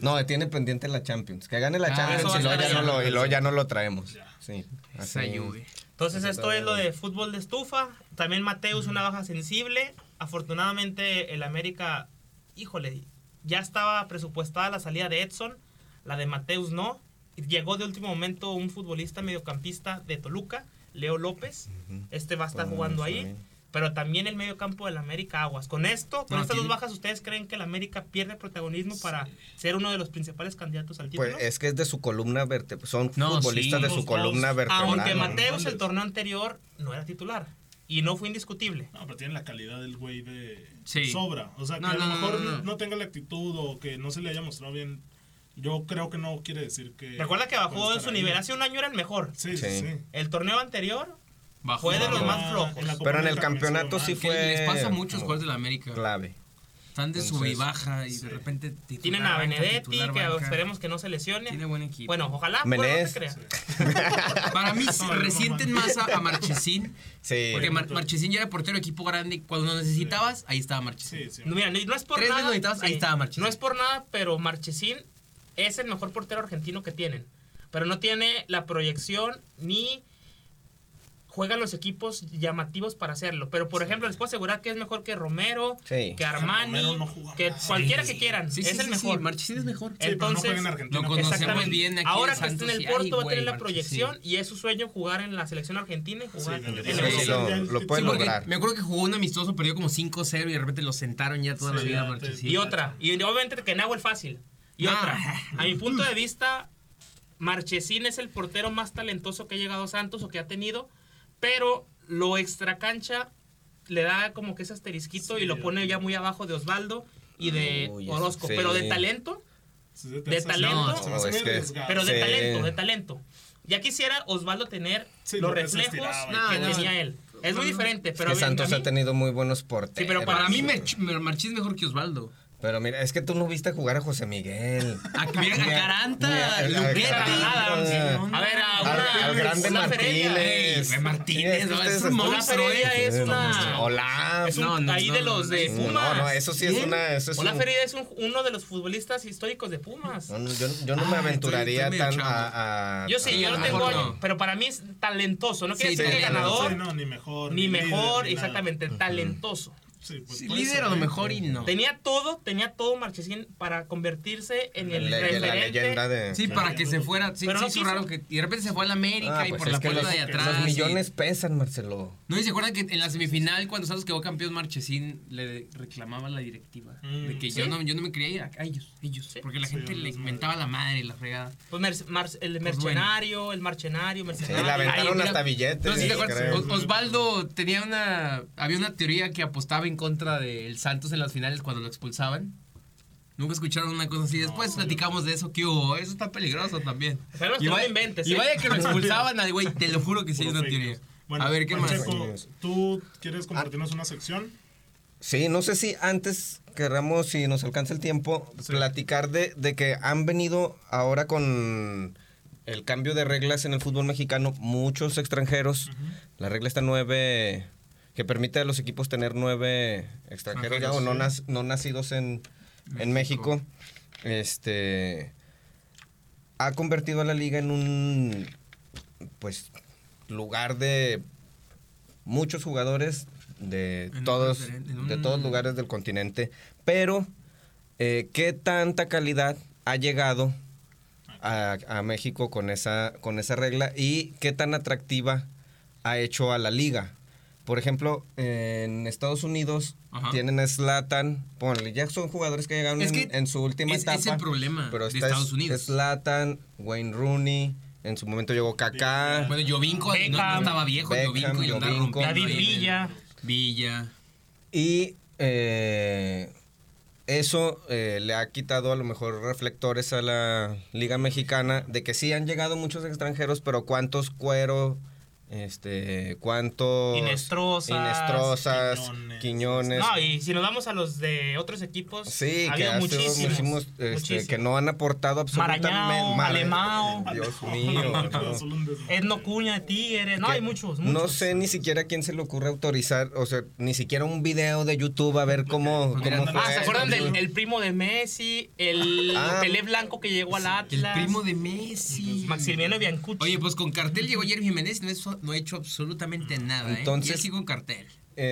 No, tiene pendiente la Champions. Que gane la
Ah,
eso
Champions
va a
y luego,
estar
ya no
allá.
lo, y luego ya no lo traemos. Sí.
Esa
así es.
lluvia.
Entonces
Ese
esto
todavía
es lo
no.
de fútbol de estufa. También Mateus una baja sensible. Afortunadamente el América, híjole, ya estaba presupuestada la salida de Edson, la de Mateus no. Llegó de último momento un futbolista mediocampista de Toluca, Leo López. Este va a estar
Bueno, está
jugando ahí.
bien.
Pero también el mediocampo del América Aguas. Con esto, con
No,
estas dos
tiene-
bajas, ¿ustedes creen que el América pierde protagonismo para ser uno de los principales candidatos al título?
Pues es que es de su columna vertebral. Son
No,
futbolistas
sí.
de su
Los
columna
dos.
vertebral.
Aunque
¿no?
Mateus el
Entonces.
torneo anterior no era titular. Y no fue indiscutible.
No, pero tiene la calidad del güey de
Sí.
sobra. O sea, que
No,
a lo
no, no,
mejor
no, no.
no tenga la actitud o que no se le haya mostrado bien. Yo creo que no quiere decir que.
Recuerda que bajó
puede
en
estar
su
ahí.
nivel. Hace un año era el mejor.
Sí, sí,
Sí.
sí.
El torneo anterior
Bajó.
Fue de los
Ah,
más flojos.
la Copa
Pero en el
América
campeonato
mencionó
sí
mal.
Que
fue.
les pasa a muchos
como
jugadores de la América.
Clave.
Están de sub y
Entonces,
baja y
sí.
de repente titular
tienen a
banca,
Benedetti,
titular
que
banca.
esperemos que no se lesione.
Tiene buen equipo.
Bueno, ojalá.
Menés.
Bueno, no se crea.
Para
*laughs*
mí se
No, no,
resienten
man.
más a, a Marchesín.
Sí.
Porque Mar-
Entonces-
Marchesín ya era portero de equipo grande. Cuando lo necesitabas, ahí estaba Marchesín.
Sí, sí.
No, Mira, no, no es por
Tres
nada.
veces necesitabas, ahí
sí,
estaba Marchesín.
No es por nada, pero Marchesín es el mejor portero argentino que tienen. Pero no tiene la proyección ni juega los equipos llamativos para hacerlo. Pero por ejemplo, les puedo asegurar que es mejor que Romero,
Sí.
que Armani,
Romero no jugaba.
que cualquiera que quieran.
Sí,
es
sí,
el
sí,
mejor.
sí, Marchesín es mejor.
Sí, pero no juega en
Entonces,
Argentina.
lo
porque-
conocemos
Exactamente.
bien aquí
Ahora
en
que está en el
Santos, y,
Porto va a
ay,
tener la
güey,
proyección
Marchesín.
y es su sueño jugar en la selección argentina y jugar
Sí,
en el
debería.
Creo que
Sí,
Europa.
ya el
lo, lo
título-
puede
Sí, porque
lograr.
me acuerdo que jugó un amistoso, perdió como 5-0 y de repente lo sentaron ya toda la
Sí,
vida a
ya,
Marchesín.
Y otra, y obviamente que Nahuel fácil. Y
Ah.
otra, a mi punto de vista, Marchesín es el portero más talentoso que ha llegado a Santos o que ha tenido, pero lo extracancha le da como que ese asterisquito y lo pone ya muy abajo de Osvaldo y de
Uy,
Orozco,
sí.
pero de talento
Sí, se te
de
hace-
talento.
No, se me hace
No, es
muy
que-
arriesgado.
Pero de
Sí.
talento, de talento. Ya quisiera Osvaldo tener
Sí,
los
lo que se
reflejos
estiraba y
que
todo.
tenía él. Es muy
No, no.
diferente,
Es
pero
que
a mí-
Santos
a
ha
mí-
tenido muy buenos porteros.
Sí, pero
Para mí, Merch- Marchesín es mejor que Osvaldo.
Pero mira, es que tú no viste jugar a José Miguel.
A, mira, a Caranta,
Mira,
a
a
Luguetti.
Caranta.
Sí, no, no.
A ver, a
Al,
una-
al grande
una feria.
Martínez.
Ey, Martínez,
Sí, este
no, es
ustedes
un
están-
Una
monstruo,
Ferida
eh.
es
Sí,
una.
Hola.
es un-
No, no,
ahí
no,
de
no,
los de
no,
No,
Pumas.
no, eso sí es
¿Quién?
una. Eso es
Hola
un-
Ferida es un- uno de los futbolistas históricos de Pumas.
No, no, yo, yo no
Ah,
me
estoy-
aventuraría
estoy medio
tan
chavo.
a, a-
Yo sí,
a-
yo
a
no
lo
tengo.
mejor no.
Pero para mí es talentoso. No quiere
Sí,
decir que
talentoso,
Sí,
ganador,
no, ni mejor.
ni mejor,
líder, ni nada.
exactamente, talentoso.
Sí, pues
Sí,
puede
líder
ser,
a lo
¿eh?
mejor y no.
Tenía todo, tenía todo Marchesín para convertirse en el
la-
referente.
la leyenda de.
Sí, para que se fuera. Sí,
Pero
sí,
no
hizo
quiso.
raro que. Y de repente se fue a la América
Ah,
y
pues
por
es
la
que
puerta
los-
de atrás.
Los
y-
millones pesan, Marcelo.
¿No? ¿Y se acuerdan que en la semifinal, cuando Santos quedó campeón, Marchesín le reclamaba a la directiva?
Mm,
de que
sí.
yo, no, yo no me quería ir a, a ellos, ellos.
Sí.
Porque la
Sí,
gente
no
le
es
inventaba la madre y la fregada.
Pues mer- mar- el
Pues bueno.
mercenario, el marcenario,
Sí,
mercenario.
le
Ay,
aventaron
mira,
hasta billetes.
No, sí,
sí,
¿te acuerdas?
creo.
Os- Osvaldo tenía una. Había una teoría que apostaba en contra del Santos en las finales cuando lo expulsaban. Nunca escucharon una cosa así. Después
No,
platicamos de eso, que hubo. Eso está peligroso también.
Pero
y,
tú no
vaya,
inventes,
y
¿eh?
vaya que lo expulsaban al
*laughs*
güey. Te lo juro que sí hay
Puro
una
fake
teoría.
news. Bueno,
a ver, ¿qué más?
Pacheco,
más?
¿Tú quieres compartirnos una sección?
Sí, no sé si antes querramos, si nos alcanza el tiempo,
Sí.
platicar de, de que han venido ahora con el cambio de reglas en el fútbol mexicano muchos extranjeros. La regla está nueve, que permite a los equipos tener nueve extranjeros ya, o no,
Extranjeros,
nac- no nacidos en México. en
México.
México. Este ha convertido a la liga en un pues lugar de muchos jugadores de
En un
todos
referen- en
de
un-
todos lugares del continente, pero eh, qué tanta calidad ha llegado a, a México con esa con esa regla y qué tan atractiva ha hecho a la liga. Por ejemplo, en Estados Unidos
Ajá.
tienen a Zlatan, ponle, ya son jugadores que llegaron
Es que
en, en su última
es-
etapa.
es el problema de
está
Estados
es-
Unidos.
Zlatan, Wayne Rooney, en su momento llegó Kaká,
Bueno, Jovinko no- no,
Beckham,
estaba viejo. Jovinko y lo andaba
Beckham,
rompiendo.
David
ahí en el-
Villa.
Villa.
Y eh, eso eh, le ha quitado a lo mejor reflectores a la Liga Mexicana de que sí han llegado muchos extranjeros, pero cuántos cuero, este, cuántos
Inestrosas,
Inestrosas,
Quiñones.
Quiñones.
No, y si nos vamos a los de otros equipos,
Sí,
ha
que
habido
ha sido
muchísimos.
muchísimos, este,
muchísimos.
que no han aportado absolutamente
Marañao,
Mar-
Alemão.
*laughs*
Ah,
*laughs*
Dios
No,
mío.
no, no,
no.
solo un desmadre.
Edno Cuña de Tigres, no,
Que
hay muchos, muchos.
No sé ni siquiera a quién se le ocurre autorizar, o sea, ni siquiera un video de YouTube a ver cómo,
Pues mira,
cómo
nada
Ah,
más.
¿se
fue.
acuerdan del el primo de Messi? El
Ah.
Pelé Blanco que llegó al
El
Atlas.
primo de Messi.
Maximiliano Biancucci.
Oye, pues con cartel llegó Jeremy Jiménez y no, hizo- no ha hecho absolutamente nada. ¿eh?
Mm, Entonces-
Y él sí con cartel.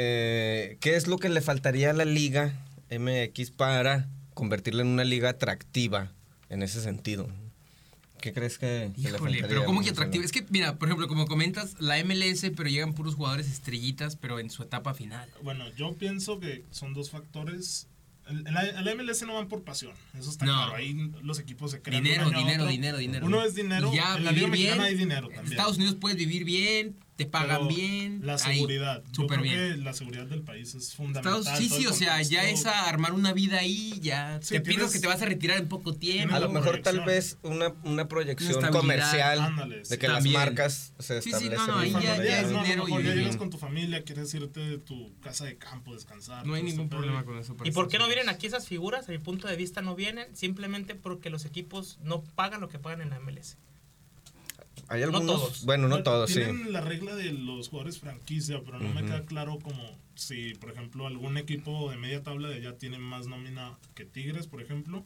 Eh, ¿Qué es lo que le faltaría a la liga MX para convertirla en una liga atractiva en ese sentido? ¿Qué crees que, que le
Híjole,
faltaría
pero
a
¿cómo que
Barcelona?
atractivo? Es que, mira, por ejemplo, como comentas, la MLS, pero llegan puros jugadores estrellitas, pero en su etapa final.
Bueno, yo pienso que son dos factores. En la, en la MLS no van por pasión, eso está
No.
claro. Ahí los equipos se crean. de
dinero,
un año a
dinero,
otro.
dinero, dinero.
Uno es dinero,
Y ya
en la
vivir
Liga Mexicana
bien.
hay dinero
En
también.
Estados Unidos puedes vivir bien, te pagan
Pero
bien.
La
ahí,
seguridad. Yo
Súper
creo
bien.
que la seguridad del país es fundamental.
Estados, sí,
todo
sí,
el
o sea, ya
contexto.
es a armar una vida ahí, ya.
Sí,
te piensas
tienes-
que te vas a retirar en poco tiempo.
A lo
Una
mejor tal
proyección.
vez una, una proyección
Una estabilidad.
comercial
Ándale, sí.
de que
También.
las marcas se
Sí, sí, no,
establecen.
no, ahí
muy
ya-
Cuando
ya
bien.
es
llegas, ¿no? A lo
dinero y-
mejor ya llegas con tu familia, quieres irte de tu casa de campo, descansar.
No hay
todo
ningún
este
problema
pedo.
con eso. para
¿Y por qué no
Estados
vienen
Unidos.
aquí esas figuras? A mi punto de vista no vienen simplemente porque los equipos no pagan lo que pagan en la MLS.
Hay
No
algunos,
todos.
bueno, no
Bueno,
todos, sí.
Tienen la regla de los jugadores franquicia, pero no me
Ujú.
queda claro como si, por ejemplo, algún equipo de media tabla de allá tiene más nómina que Tigres, por ejemplo.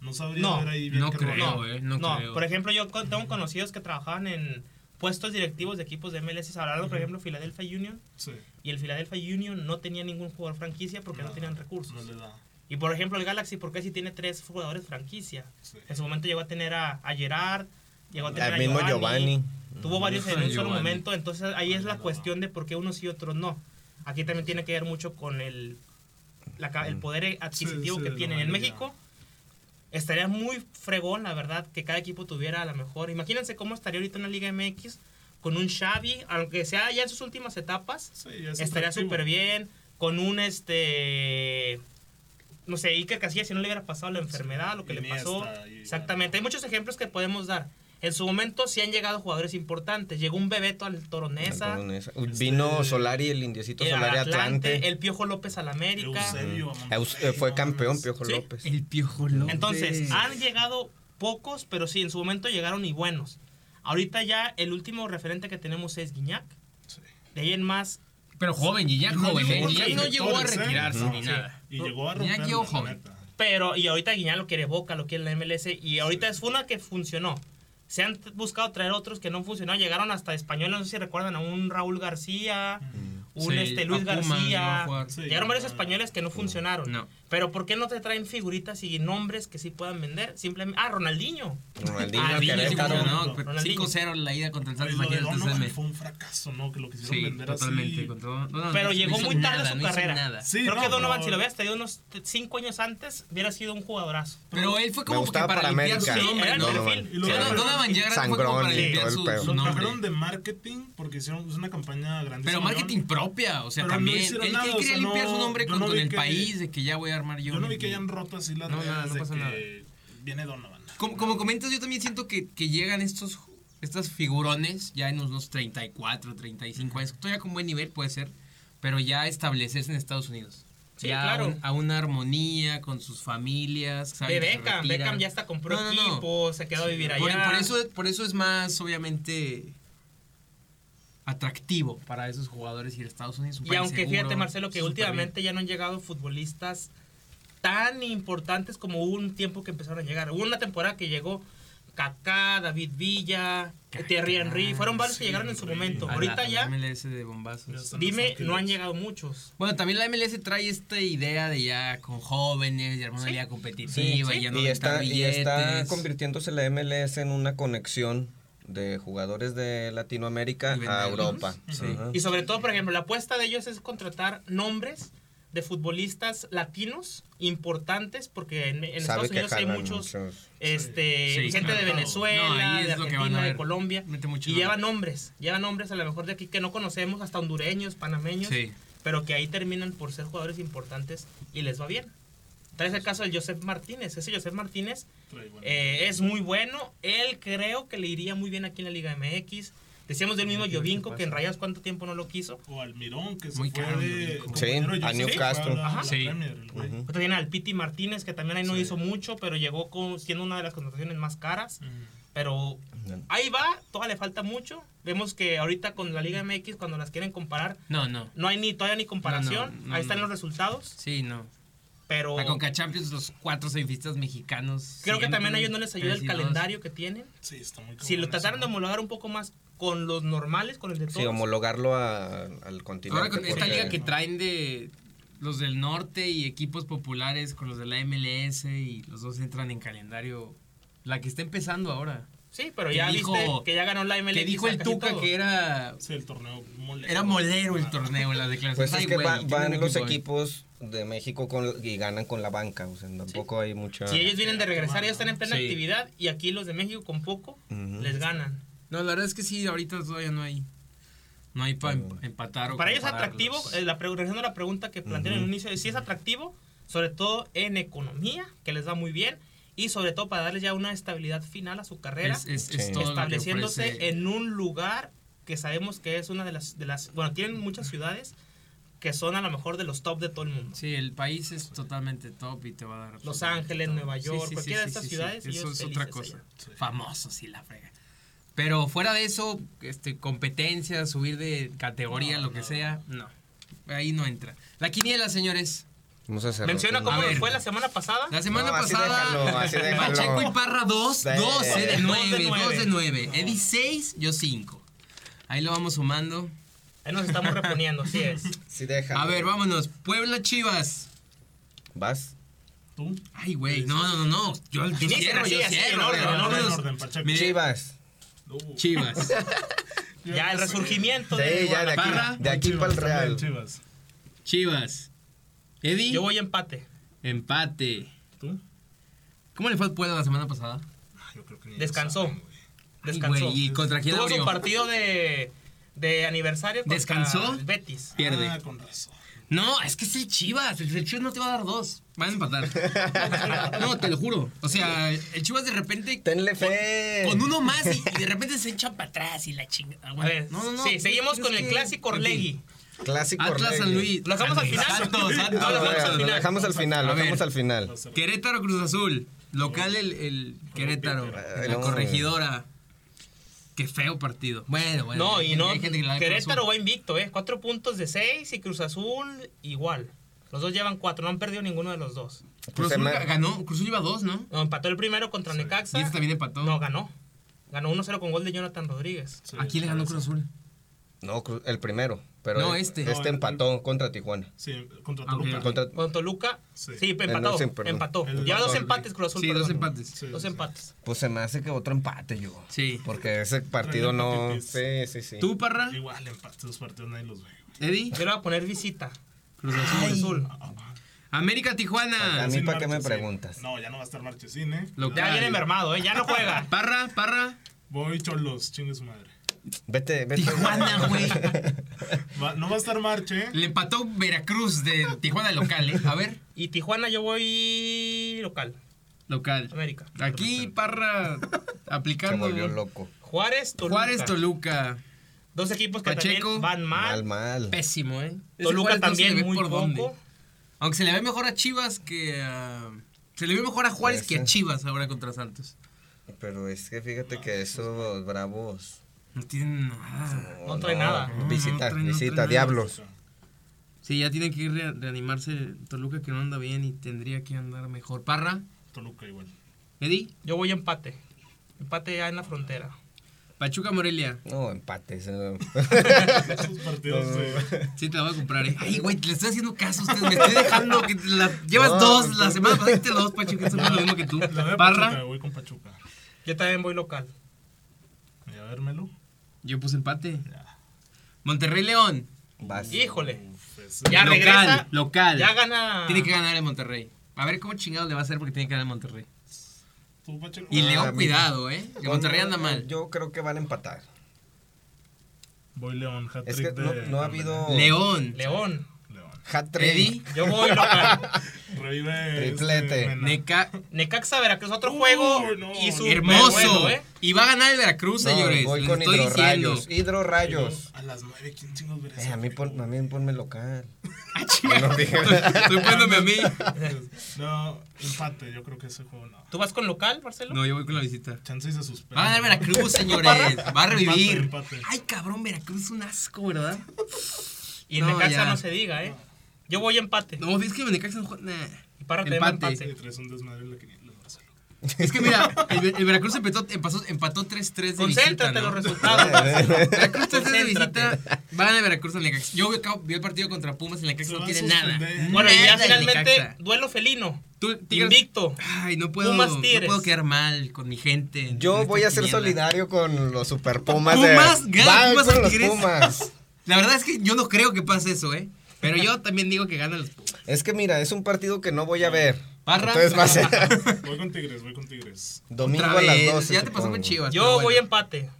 No sabría
No,
ver ahí bien
no
qué
creo.
rollo.
eh, no creo.
por ejemplo, yo con- tengo conocidos que trabajaban en puestos directivos de equipos de MLS. Hablaron, por ejemplo, Philadelphia Union.
Sí,
Y el Philadelphia Union no tenía ningún jugador franquicia porque no,
No,
tenían
no
recursos.
le da.
Y por ejemplo, el Galaxy, porque si tiene tres jugadores franquicia.
Sí.
En su momento llegó a tener a, a Gerard, llegó a
Al
tener a
mismo Giovanni.
Tuvo varios en un solo
Giovanni.
momento, entonces ahí es la
No.
cuestión de por qué unos y otros no. Aquí también tiene que ver mucho con el, la ca- el poder adquisitivo
Mm. Sí, sí,
que
la
tienen en
mayoría.
México. Estaría muy fregón, la verdad, que cada equipo tuviera a lo mejor. Imagínense cómo estaría ahorita una Liga MX con un Xavi, aunque sea ya en sus últimas etapas,
Sí, es
estaría
atractivo.
súper bien. Con un este. No sé, Iker Casillas, si no le hubiera pasado la enfermedad, lo que le
Iniesta
pasó.
y-
Exactamente. Hay muchos ejemplos que podemos dar. En su momento sí han llegado jugadores importantes. Llegó un Bebeto al Toronesa.
Perdón, esa. Vino
Este-
Solari, el indiecito
el
Solari
Atlante,
Atlante.
El Piojo López al América.
Eusebio, a Monterrey,
Eus- eh, fue
no
campeón
mames.
Piojo
Sí,
López.
El piojo López.
Entonces, han llegado pocos, pero sí, en su momento llegaron y buenos. Ahorita ya el último referente que tenemos es Guiñac.
Sí.
De ahí en más,
Pero joven, Guiñac
Y no
joven,
llegó
¿eh?
con
Guiñac no llegó a
directores, ¿eh?
retirarse
No,
ni
sí.
nada.
Y llegó a
Guiñac
romper.
llegó joven.
Pero, y ahorita Guiñá lo quiere Boca, lo quiere la MLS. Y ahorita es una que funcionó. Se han t- buscado traer otros que no han funcionado. Llegaron hasta españoles, no sé si recuerdan, a un Raúl García,
Mm.
un
Sí,
este Luis
a Pumas llegó a
García.
jugar.
Sí,
Llegaron varios
no,
españoles que no funcionaron.
No.
Pero ¿por qué no te traen figuritas y nombres que sí puedan vender? Simplemente... Ah, Ronaldinho.
Ronaldinho,
Ah,
el
Guiñac sí
Querétaro.
funcionó, pero
Ronaldinho.
5-0 la ida contra el Santos.
Oye, lo de
imagínate,
Donovan
entonces,
fue un fracaso, ¿no? Que lo quisieron
Sí,
vender
totalmente.
así.
contra Donovan.
Pero
No
llegó
hizo
muy tarde
nada,
su
no hizo
carrera.
nada.
Sí,
Creo que
no,
Donovan,
no.
si lo hubieras tenido unos t- cinco años antes, hubiera sido un jugadorazo.
Pero él fue
Me
como que
gustaba
para,
para
limpiar su
América.
nombre,
Era el
¿no?
perfil.
Y
Sí,
luego-
no, Donovan Gerrard fue como
Sangrón
para
y
limpiar
todo el
su,
pedo.
su
Lo
nombre.
trataron de marketing porque hicieron es una campaña grandísima.
Pero marketing propia, o sea,
Pero no
también. él,
hicieron
él
nada, o
quería
sea, no-
limpiar su nombre
yo
con,
no
con
vi
el
que-
país, de que ya voy a armar yo.
Yo no vi
mi-
que hayan roto así las
No,
reglas
nada, no
de
pasa
que
nada.
viene Donovan.
Como, como comentas, yo también siento que, que llegan estos estas figurones ya en unos 34, 35 años. Todavía con buen nivel puede ser, pero ya establecerse en Estados Unidos.
Sí,
ya
claro.
a, un- a una armonía con sus familias.
Ve
saben que se
Beckham,
retiran.
Beckham ya hasta compró
No, no, no.
equipo, se quedó a vivir allá.
Por, por eso, por eso es más, obviamente, atractivo para esos jugadores ir a Estados Unidos. un
Y
país
aunque
seguro,
fíjate, Marcelo, que
súper
últimamente ya no han llegado futbolistas tan importantes como hubo un tiempo que empezaron a llegar. Hubo una temporada que llegó Kaká, David Villa,
Kaká,
Thierry Henry. Fueron varios que
sí,
llegaron en su
Henry.
momento.
bien. A la-
Ahorita
a la
ya,
MLS de bombazos.
Ya está.
dime,
Los
no han
Ángeles.
llegado muchos.
Bueno, también la MLS trae esta idea de ya con jóvenes, de armar una
Sí.
liga competitiva,
Sí, sí.
y ya no
y
aventar
está, y está
billetes.
convirtiéndose la MLS en una conexión de jugadores de Latinoamérica
Y
a
venderlos.
Europa.
Sí.
Ajá.
Y sobre todo, por ejemplo, la apuesta de ellos es contratar nombres de futbolistas latinos importantes, porque en, en Estados Unidos hay
jalan
muchos... este
Sí,
gente
claro.
de Venezuela,
No, ahí
de
es lo que van
Argentina,
a
de
ver.
Colombia
Mete mucho
y
nombre.
lleva nombres, lleva nombres a lo mejor de aquí que no conocemos, hasta hondureños, panameños,
Sí.
pero que ahí terminan por ser jugadores importantes y les va bien. Tal es el caso del Josep Martínez, ese Josep Martínez
Trae buen-
eh, es muy bueno, él creo que le iría muy bien aquí en la Liga MX. Decíamos del mismo
Vamos a ver qué
Jovinko que en
pasa.
Rayas cuánto tiempo no lo quiso.
o Almirón, que se
Muy
fue
caro,
de...
¿no?
como
Sí,
dinero, yo
a
sé,
Newcastle.
fue a la-
Ajá.
a la
Sí.
Premier, el güey.
Ujú.
Otro tiene al Piti Martínez que también ahí no
Sí.
hizo mucho, pero llegó con, siendo una de las contrataciones más caras.
Mm.
Pero
Bien.
ahí va, todavía le falta mucho. Vemos que ahorita con la Liga MX, cuando las quieren comparar,
No, no.
no hay ni todavía ni comparación.
No, no, no,
ahí están
no.
los resultados.
Sí, no.
Pero
La Conca Champions, los cuatro semifinalistas mexicanos.
creo que
siempre,
también a ellos no les ayuda
tres
el
y dos.
calendario que tienen.
Sí, está muy
Si lo
cabrón
trataran de
eso, ¿no?
homologar un poco más con los normales, con el de todos.
Sí, homologarlo a- al continente.
Ahora con esta
porque- pues
liga que traen de los del norte y equipos populares con los de la MLS y los dos entran en calendario. La que está empezando ahora.
Sí, pero
Que
ya
dijo-
viste que ya ganó la MLX.
Que dijo
a
el
casi
Tuca
todo.
que era.
Sí, el torneo molero.
Era molero el
Ah,
torneo en las declaraciones.
Pues es
Ay,
que
güey,
va-
tiene
van
un
los
equipo,
equipos de México con- y ganan con la banca. O sea, tampoco hay mucha.
Si ellos vienen de regresar, ellos están en plena
Sí.
actividad y aquí los de México con poco
Ujú.
les ganan.
No, la verdad es que sí, ahorita todavía no hay. No hay para empatar o
Para ellos es
compararlos.
atractivo, eh, la, pre- regresando a la pregunta que planteé en el
Ujú.
inicio, si es atractivo, sobre todo en economía, que les va muy bien, y sobre todo para darles ya una estabilidad final a su carrera,
Es, es,
Sí.
es todo lo que
estableciéndose
ofrece.
en un lugar que sabemos que es una de las, de las... Bueno, tienen muchas ciudades que son a lo mejor de los top de todo el mundo.
Sí, el país es totalmente top y te va a dar.
Los
absolutamente
Ángeles,
todo.
Nueva York, cualquiera de estas ciudades,
Eso
ellos
es otra
felices
cosa.
allá.
Sí.
Famoso, sí, la frega. Pero fuera de eso, este, competencia, subir de categoría,
No,
lo que
no.
sea, no. Ahí no entra. La quiniela, señores.
Vamos a cerrar.
Menciona cómo
A
nos
ver.
fue la semana pasada.
La semana
No, así
pasada,
déjalo, así déjalo.
Pacheco y Parra 2,
Sí.
12 de
Dos de
9, 2 de
nueve.
9. Eddie 6, yo 5. Ahí lo vamos sumando.
Ahí nos estamos reponiendo, así es.
Sí, deja.
A ver, vámonos. Puebla Chivas.
Vas.
¿Tú?
Ay, güey. No, no, no, no. Yo, yo
Inicien
cierro,
así,
yo
así, en
cierro.
orden,
güey.
en
orden, en
Vámonos.
orden, Pacheco.
Mira,
Chivas.
Uh,
Chivas.
Ya el resurgimiento
Sí,
de
ya de
Parra,
aquí, de aquí
Chivas,
para
también,
el Real.
Chivas.
Chivas. Eddie.
Yo voy empate.
Empate.
¿Tú?
¿Cómo le fue al Puebla la semana pasada?
Ah, Yo creo que ni
Descansó.
ellos saben, güey.
Descansó.
Ay, güey, ¿Y contra quién
Tuvo
abrió?
su partido de, de aniversario contra
¿Descansó?
el Betis.
Pierde.
Ah, con razón.
No, es que es el Chivas. El el Chivas no te va a dar dos. Van a
*laughs*
empatar. No, te lo juro. O sea, el Chivas de repente
Tenle fe.
con uno más y, y de repente se echa para atrás y la ah, chingada.
A ver, sí, seguimos con el clásico Orlegui.
Clásico.
Atlas
Orlegui.
San Luis.
¿Lo dejamos al final?
Santos,
No,
Ah,
Santos.
lo
lo
dejamos al
dejamos- lo
final.
dejamos al final.
A
Lo
ver.
dejamos al final.
Querétaro Cruz Azul. Local el, el Querétaro.
Eh,
La
no.
corregidora. Qué feo partido. Bueno, bueno.
No,
hay
y
gente-
no.
hay gente que la da Cruz
Querétaro
Azul.
va invicto, ¿eh? Cuatro puntos de seis y Cruz Azul igual. Los dos llevan cuatro, no han perdido ninguno de los dos.
Cruz
Se
Azul
me-
ganó. Cruz Azul lleva dos, ¿no?
No, empató el primero contra Necaxa.
Y este también empató.
No, ganó. Ganó 1-0 con gol de Jonathan Rodríguez.
Sí,
¿A quién le ganó
por
Cruz
eso.
Azul?
No, Cru- el primero. Pero
No,
el-
este.
Este
No, el-
empató contra Tijuana.
Sí, contra
Ah, ok,
Toluca.
ok.
Contra-
Con Toluca,
Sí.
sí, empatado.
no, sí, perdón.
empató.
El-
Lleva dos
el-
empates Cruz Azul.
Sí, dos
perdón.
empates.
Sí,
Dos
sí, sí.
empates.
Pues se me hace que otro empate yo.
Sí.
Porque ese partido no.
hepatitis.
Sí, sí, sí.
¿Tú, Parra?
Igual, empate dos partidos, nadie los ve. güey.
¿Eddie?
Yo le voy a poner visita.
Cruz Azul.
Cruz Azul.
América
A
Tijuana.
mí,
Sin
¿para qué me
Marchesín.
preguntas?
No, ya no va a estar Marchesín, ¿eh?
Local.
Ya viene mermado, ¿eh? Ya no juega.
Parra, Parra.
Voy cholos, chingue su madre.
Vete, vete. *laughs*
Tijuana, güey.
Va- no va a estar Marche, ¿eh?
Le empató Veracruz de Tijuana local, ¿eh? A ver.
Y Tijuana yo voy local,
Local.
América.
Aquí
*laughs*
Parra
Se
aplicando.
volvió loco.
Juárez, Toluca.
Juárez Toluca.
Dos equipos que
Pacheco.
también van mal.
Mal, mal.
Pésimo, ¿eh? Ese
Toluca
Juárez no se le
también
ve
muy
por
poco.
dónde. Aunque se le ve mejor a Chivas que a. Se le ve mejor a Juárez
Sí,
que a
sí.
Chivas ahora contra Santos.
Pero es que fíjate que esos bravos. Oh,
No tienen nada.
No trae nada.
No, no
Visita,
trae- no trae
visita,
nada.
diablos.
Sí, ya tiene que re- reanimarse Toluca que no anda bien y tendría que andar mejor. Parra,
Toluca igual.
Eddie,
Yo voy empate. Empate ya en la frontera.
Pachuca Morelia.
No, empates. eh.
Esos partidos de...
Sí, te la voy a comprar, eh. Ay, güey, le estoy haciendo caso a ustedes. Me estoy dejando que te la- llevas
No,
dos
pues,
la semana pasada. Te dos, Pachuca. Eso es lo mismo que tú.
La de Pachuca,
Parra,
voy con Pachuca.
Yo también voy local.
Y a ver, Melo.
yo puse empate. Monterrey León.
Vas.
Híjole.
Uf, ese-
Ya
local,
regresa.
Local.
Ya gana.
Tiene que ganar el Monterrey. A ver cómo chingado le va a hacer porque tiene que ganar el Monterrey.
Tú, Pachuca.
Y
Ah,
León,
mira.
cuidado, eh. El Monterrey anda mal.
Yo creo que van a empatar.
Voy León, hat
Es que no, no ha habido.
León.
León.
León.
Hat-trick.
Eddie.
Yo
*laughs*
voy local.
Revive... este
Triplete.
Mena.
Neca.
Necaxa Veracruz, otro
Uy,
juego.
no,
y su
Hermoso.
bueno, ¿eh?
Y va a ganar el Veracruz,
No,
señores.
voy
Les
con
estoy diciendo.
hidrorrayos. Hidrorrayos.
A las nueve, ¿quién chingos verá
Eh,
ese
a mí,
juego?
pon, a mí ponme local.
*laughs* Ah, chinga.
No
*laughs*
dije.
Estoy estoy poniéndome a mí.
No, empate, yo creo que ese juego no.
¿Tú vas con local, Marcelo?
No, yo voy con la visita.
Chance y se suspende.
Va a ganar Veracruz, señores. Va a revivir.
Empate, empate.
Ay, cabrón, Veracruz es un asco, ¿verdad?
Y
No,
Necaxa
ya.
no se diga, ¿eh? Yo voy empate.
No, es que Necaxa no juega. nah.
Y para
Empate.
empate.
Sí, traes un desmadre en la quiniela, Marcelo.
Es que mira, el, el Veracruz empezó- empató, empató 3-3 de visita,
Concéntrate
¿no?
en los resultados. Marcelo.
*laughs* Veracruz 3-3 de
Concéntrate.
visita. Van a Veracruz en Necaxa. Yo acabo- vi el partido contra Pumas en Necaxa,
Se
no
va a
tiene nada.
suspender.
Bueno, y ya
Nada el
finalmente,
Necaxa.
duelo felino.
Tú, Tigres-
Invicto.
Ay, no puedo,
Pumas,
no
Tigres.
puedo quedar mal con mi gente. en
Yo
esta
voy a ser
quiniela.
solidario con los super Pumas.
Pumas,
de,
gan-
Van
Pumas
con los
Tigres.
Pumas.
La verdad es que yo no creo que pase eso, ¿eh? Pero yo también digo que ganan los Pumas.
Es que mira, es un partido que no voy a ver.
Parra.
Entonces va a ser
Voy con Tigres, voy con Tigres.
*laughs* domingo
Otra
a las
vez,
12.
Ya te pasó
supongo.
con Chivas.
Yo
pero bueno.
voy empate.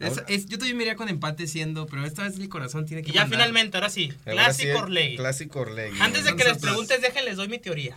Es- es- yo también me iría con empate siendo, pero esta vez el corazón tiene que
Y ya
mandar. eh.
finalmente, ahora sí.
Ahora sí,
Clásico Orley.
Clásico Orlegui.
Antes de que les
Nosotros.
preguntes, déjenles doy mi teoría.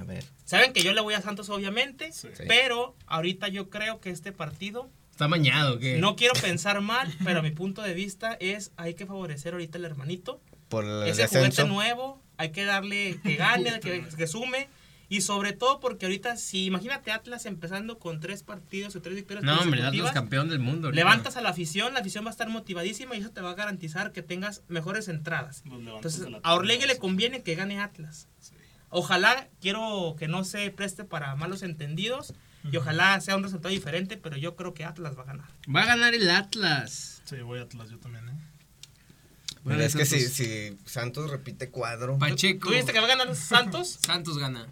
A ver.
Saben que yo le voy a Santos, obviamente.
Sí.
Pero ahorita yo creo que este partido.
Está mañado, ¿qué?
No quiero pensar mal, pero mi punto de vista es: hay que favorecer ahorita al hermanito.
Por el
Ese
descenso.
juguete nuevo, hay que darle que gane, que, que sume. Y sobre todo porque ahorita, si imagínate Atlas empezando con tres partidos o tres victorias
No, hombre, Atlas
consecutivas,
campeón del mundo. ahorita.
levantas a la afición, la afición va a estar motivadísima y eso te va a garantizar que tengas mejores entradas.
Los levantas
Entonces,
de la
a Orlegui
tabla.
le conviene que gane Atlas.
Sí.
Ojalá, quiero que no se preste para malos entendidos y ojalá sea un resultado diferente, pero yo creo que Atlas va a ganar.
Va a ganar el Atlas.
Sí, voy a Atlas yo también, ¿eh?
Mira,
Bueno,
es que si,
Santos.
si Santos repite cuadro.
Pacheco.
¿Tú viste que va a ganar Santos?
*laughs* Santos gana.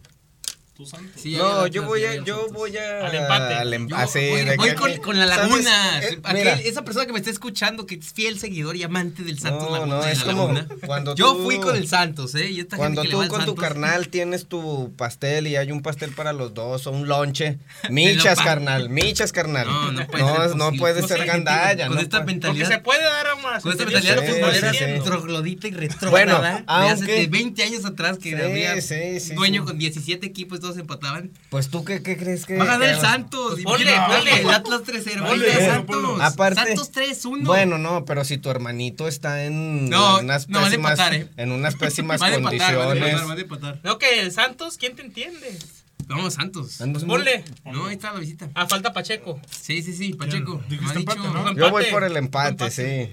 Tú santo.
Sí,
No,
Atlas,
yo voy
ya
a,
veo
yo
Santos.
voy a
Al empate.
al em-
Yo
ah, sí,
voy,
de
voy
que-
con, con la
¿sabes?
laguna.
Eh,
Aquel-
mira,
esa persona que me está escuchando, que es fiel seguidor y amante del Santos
no,
Laguna,
no,
de
es
la
como
Laguna.
cuando
Yo
tú-
fui con el Santos, ¿eh? Y esta
Cuando
gente que le
tú
va al
con
Santos-
tu carnal tienes tu pastel y hay un pastel para los dos o
*laughs*
un lonche, michas
pa-
carnal, michas carnal.
No, no puede
no,
ser
no
posible.
puede
No
ser
sé,
gandalla.
Con
no Pues,
esta
puede-
Porque
mentalidad.
se puede dar más.
Con esta mentalidad
Sí,
futbolera
sí.
troglodita y retrógrada
Bueno,
de hace
aunque-
de 20 años atrás que
Sí,
había
sí, sí,
dueño
sí.
con 17 equipos, todos empataban.
Pues tú qué, qué crees que
Va a ganar el
que-
Santos.
Pues
y
ponle,
mira,
ponle.
El Atlas 3-0.
Ponle,
Ponle,
ponlo,
Santos.
ponlo.
Aparte-
Santos 3-1.
Bueno, no, pero si tu hermanito está en
No,
unas
no, van a
pésimas
empatar, ¿eh?
en unas
*laughs*
pésimas
van a empatar, van a
condiciones.
empatar, van a empatar.
No, que el Santos, ¿quién te entiende?
Vamos, Santos.
Andas muy-
Ponle.
No, ahí está la visita.
A falta Pacheco.
Sí, sí, sí, Pacheco.
Dijiste
me ha dicho-
empate, ¿no?
Yo voy
Empate.
por el empate, sí.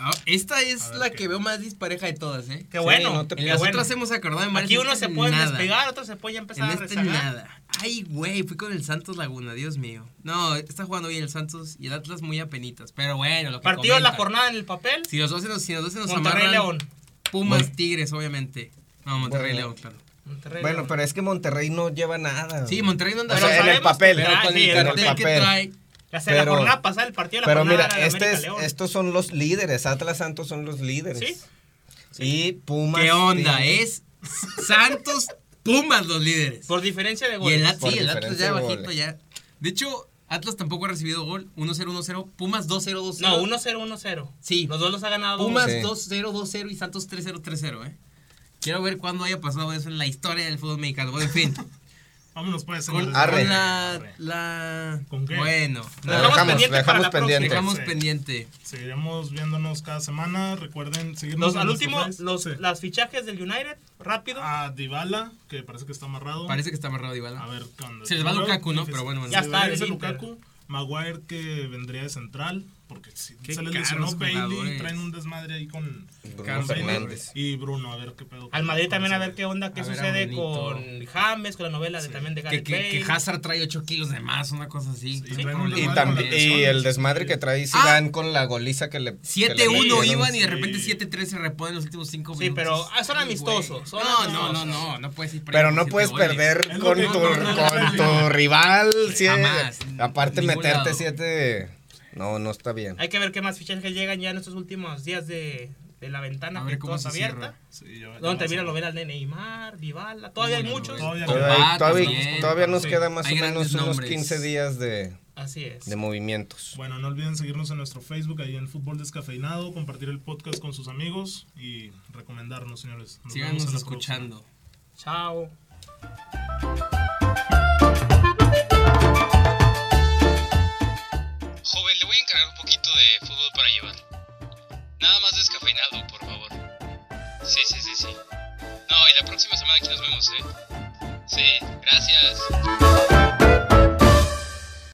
Ah, Esta es
A ver,
la
¿qué?
que veo más dispareja de todas, ¿eh?
Qué
Sí,
bueno.
no te-
qué
En las
bueno.
otras hemos acordado en varias,
Aquí unos
esta
se pueden
nada.
despegar, otros se pueden ya
En
empezar a
este
rezagar.
nada. Ay, güey, fui con el Santos Laguna, Dios mío. No, está jugando bien el Santos y el Atlas muy apenitas. Pero bueno, lo que
Partido de la
comentan.
jornada en el papel.
Si los dos se nos, si los dos se nos
Monterrey
amarran,
León.
Pumas,
Bueno.
Tigres, obviamente. No, Monterrey
Bueno.
León, claro.
Monterrey
Bueno,
León.
pero es que Monterrey no lleva nada.
Sí,
güey.
Monterrey no anda
O sea,
bien,
en el
sabemos
papel.
que-
pero
Ah,
con
sí,
el
en el
cartel que
papel.
trae.
La, se- la
pero-
jornada pasada, el partido de la
Pero
jornada
mira,
era de
este
América
es-
León.
estos son los líderes. Atlas Santos son los líderes.
Sí.
Y Pumas.
¿Qué onda?
tiene-
Es Santos, Pumas los líderes.
Por diferencia de
Y el,
goles.
Atlas,
Por
sí, el Atlas
diferencia
ya
de
bajito
goles.
ya. De hecho, Atlas tampoco ha recibido gol. 1-0, 1-0. Pumas 2-0, 2-0.
No, 1-0, 1-0.
Sí.
Los dos los ha ganado.
Pumas
Sí.
2-0, 2-0 y Santos 3-0, 3-0, ¿eh? Quiero ver cuándo haya pasado eso en la historia del fútbol mexicano. Bueno,
*laughs*
en fin.
Vámonos, pues.
Con,
señores.
Arre.
con la,
Arre.
la...
¿Con qué?
Bueno.
Lo
la-
dejamos
dejamos,
pendiente
lo dejamos
para la próxima.
pendiente.
dejamos
Sí.
pendiente.
Seguiremos viéndonos cada semana. Recuerden seguirnos.
Los,
en
al
nuestras
último,
redes.
los,
Sí.
las fichajes del United, rápido.
Ah,
A Dybala, que parece que está amarrado.
Parece que está amarrado
A
Dybala.
ver, ¿qué onda?
Se les va Lukaku, ¿no?
Sí,
Pero bueno, bueno.
Ya
se
está,
les va ese
el Inter.
Lukaku. Maguire que vendría de central, porque si
Qué
se les
caros
lesionó
jugadores.
Bailey, traen un desmadre ahí con
Bruno
Carlos
Fernández.
y Bruno, a ver qué pedo.
Al Madrid también a ver qué onda, qué
A ver,
sucede
Amonito.
con James, con la novela de,
Sí.
también de
Que,
Gareth
que, que
Bale.
Hazard trae 8 kilos de más, una cosa así.
Sí,
Qué
traen un
problema.
Y,
Igual
tam-
con las
y el
lesiones.
desmadre que
Ah.
trae Zidane con la goliza que le. que le
7-1
metieron.
iban y de
sí.
repente 7-3 se reponen los últimos 5
Sí,
minutos.
pero, ah, son
Ay,
amistosos,
güey.
son
no, no, no,
amistosos.
no, no puedes ir
Pero
perdiendo
no
siete
puedes
goles.
perder
Es lo
con
que-
tu,
no, no, no,
con
no,
tu
no.
rival. sí.
Jamás.
Aparte,
Ningún
meterte
lado.
7. No, no está bien.
Hay que ver qué más fichajes llegan ya en estos últimos días de, de la ventana
A ver
que
cómo
toda está
se cierra.
abierta.
Sí, ya- ya
Donde
vas a
termina
ver.
novela de Neymar, Vivala, todavía hay
Bueno,
muchos.
Todavía-
novela.
Todavía,
Tomás
todavía-
también.
todavía nos
Sí.
queda más
Hay
o menos
grandes
unos
nombres.
15 días de,
Así es.
de movimientos.
Bueno, no olviden seguirnos en nuestro Facebook, ahí en Fútbol Descafeinado, compartir el podcast con sus amigos y recomendarnos, señores. Nos vemos en
Síganos
la próxima.
escuchando.
Chao.
Joven, le voy a encargar un poquito de fútbol para llevar. Nada más descafeinado, por favor. Sí, sí, sí, sí. No, y la próxima semana aquí nos vemos, ¿eh? Sí, gracias.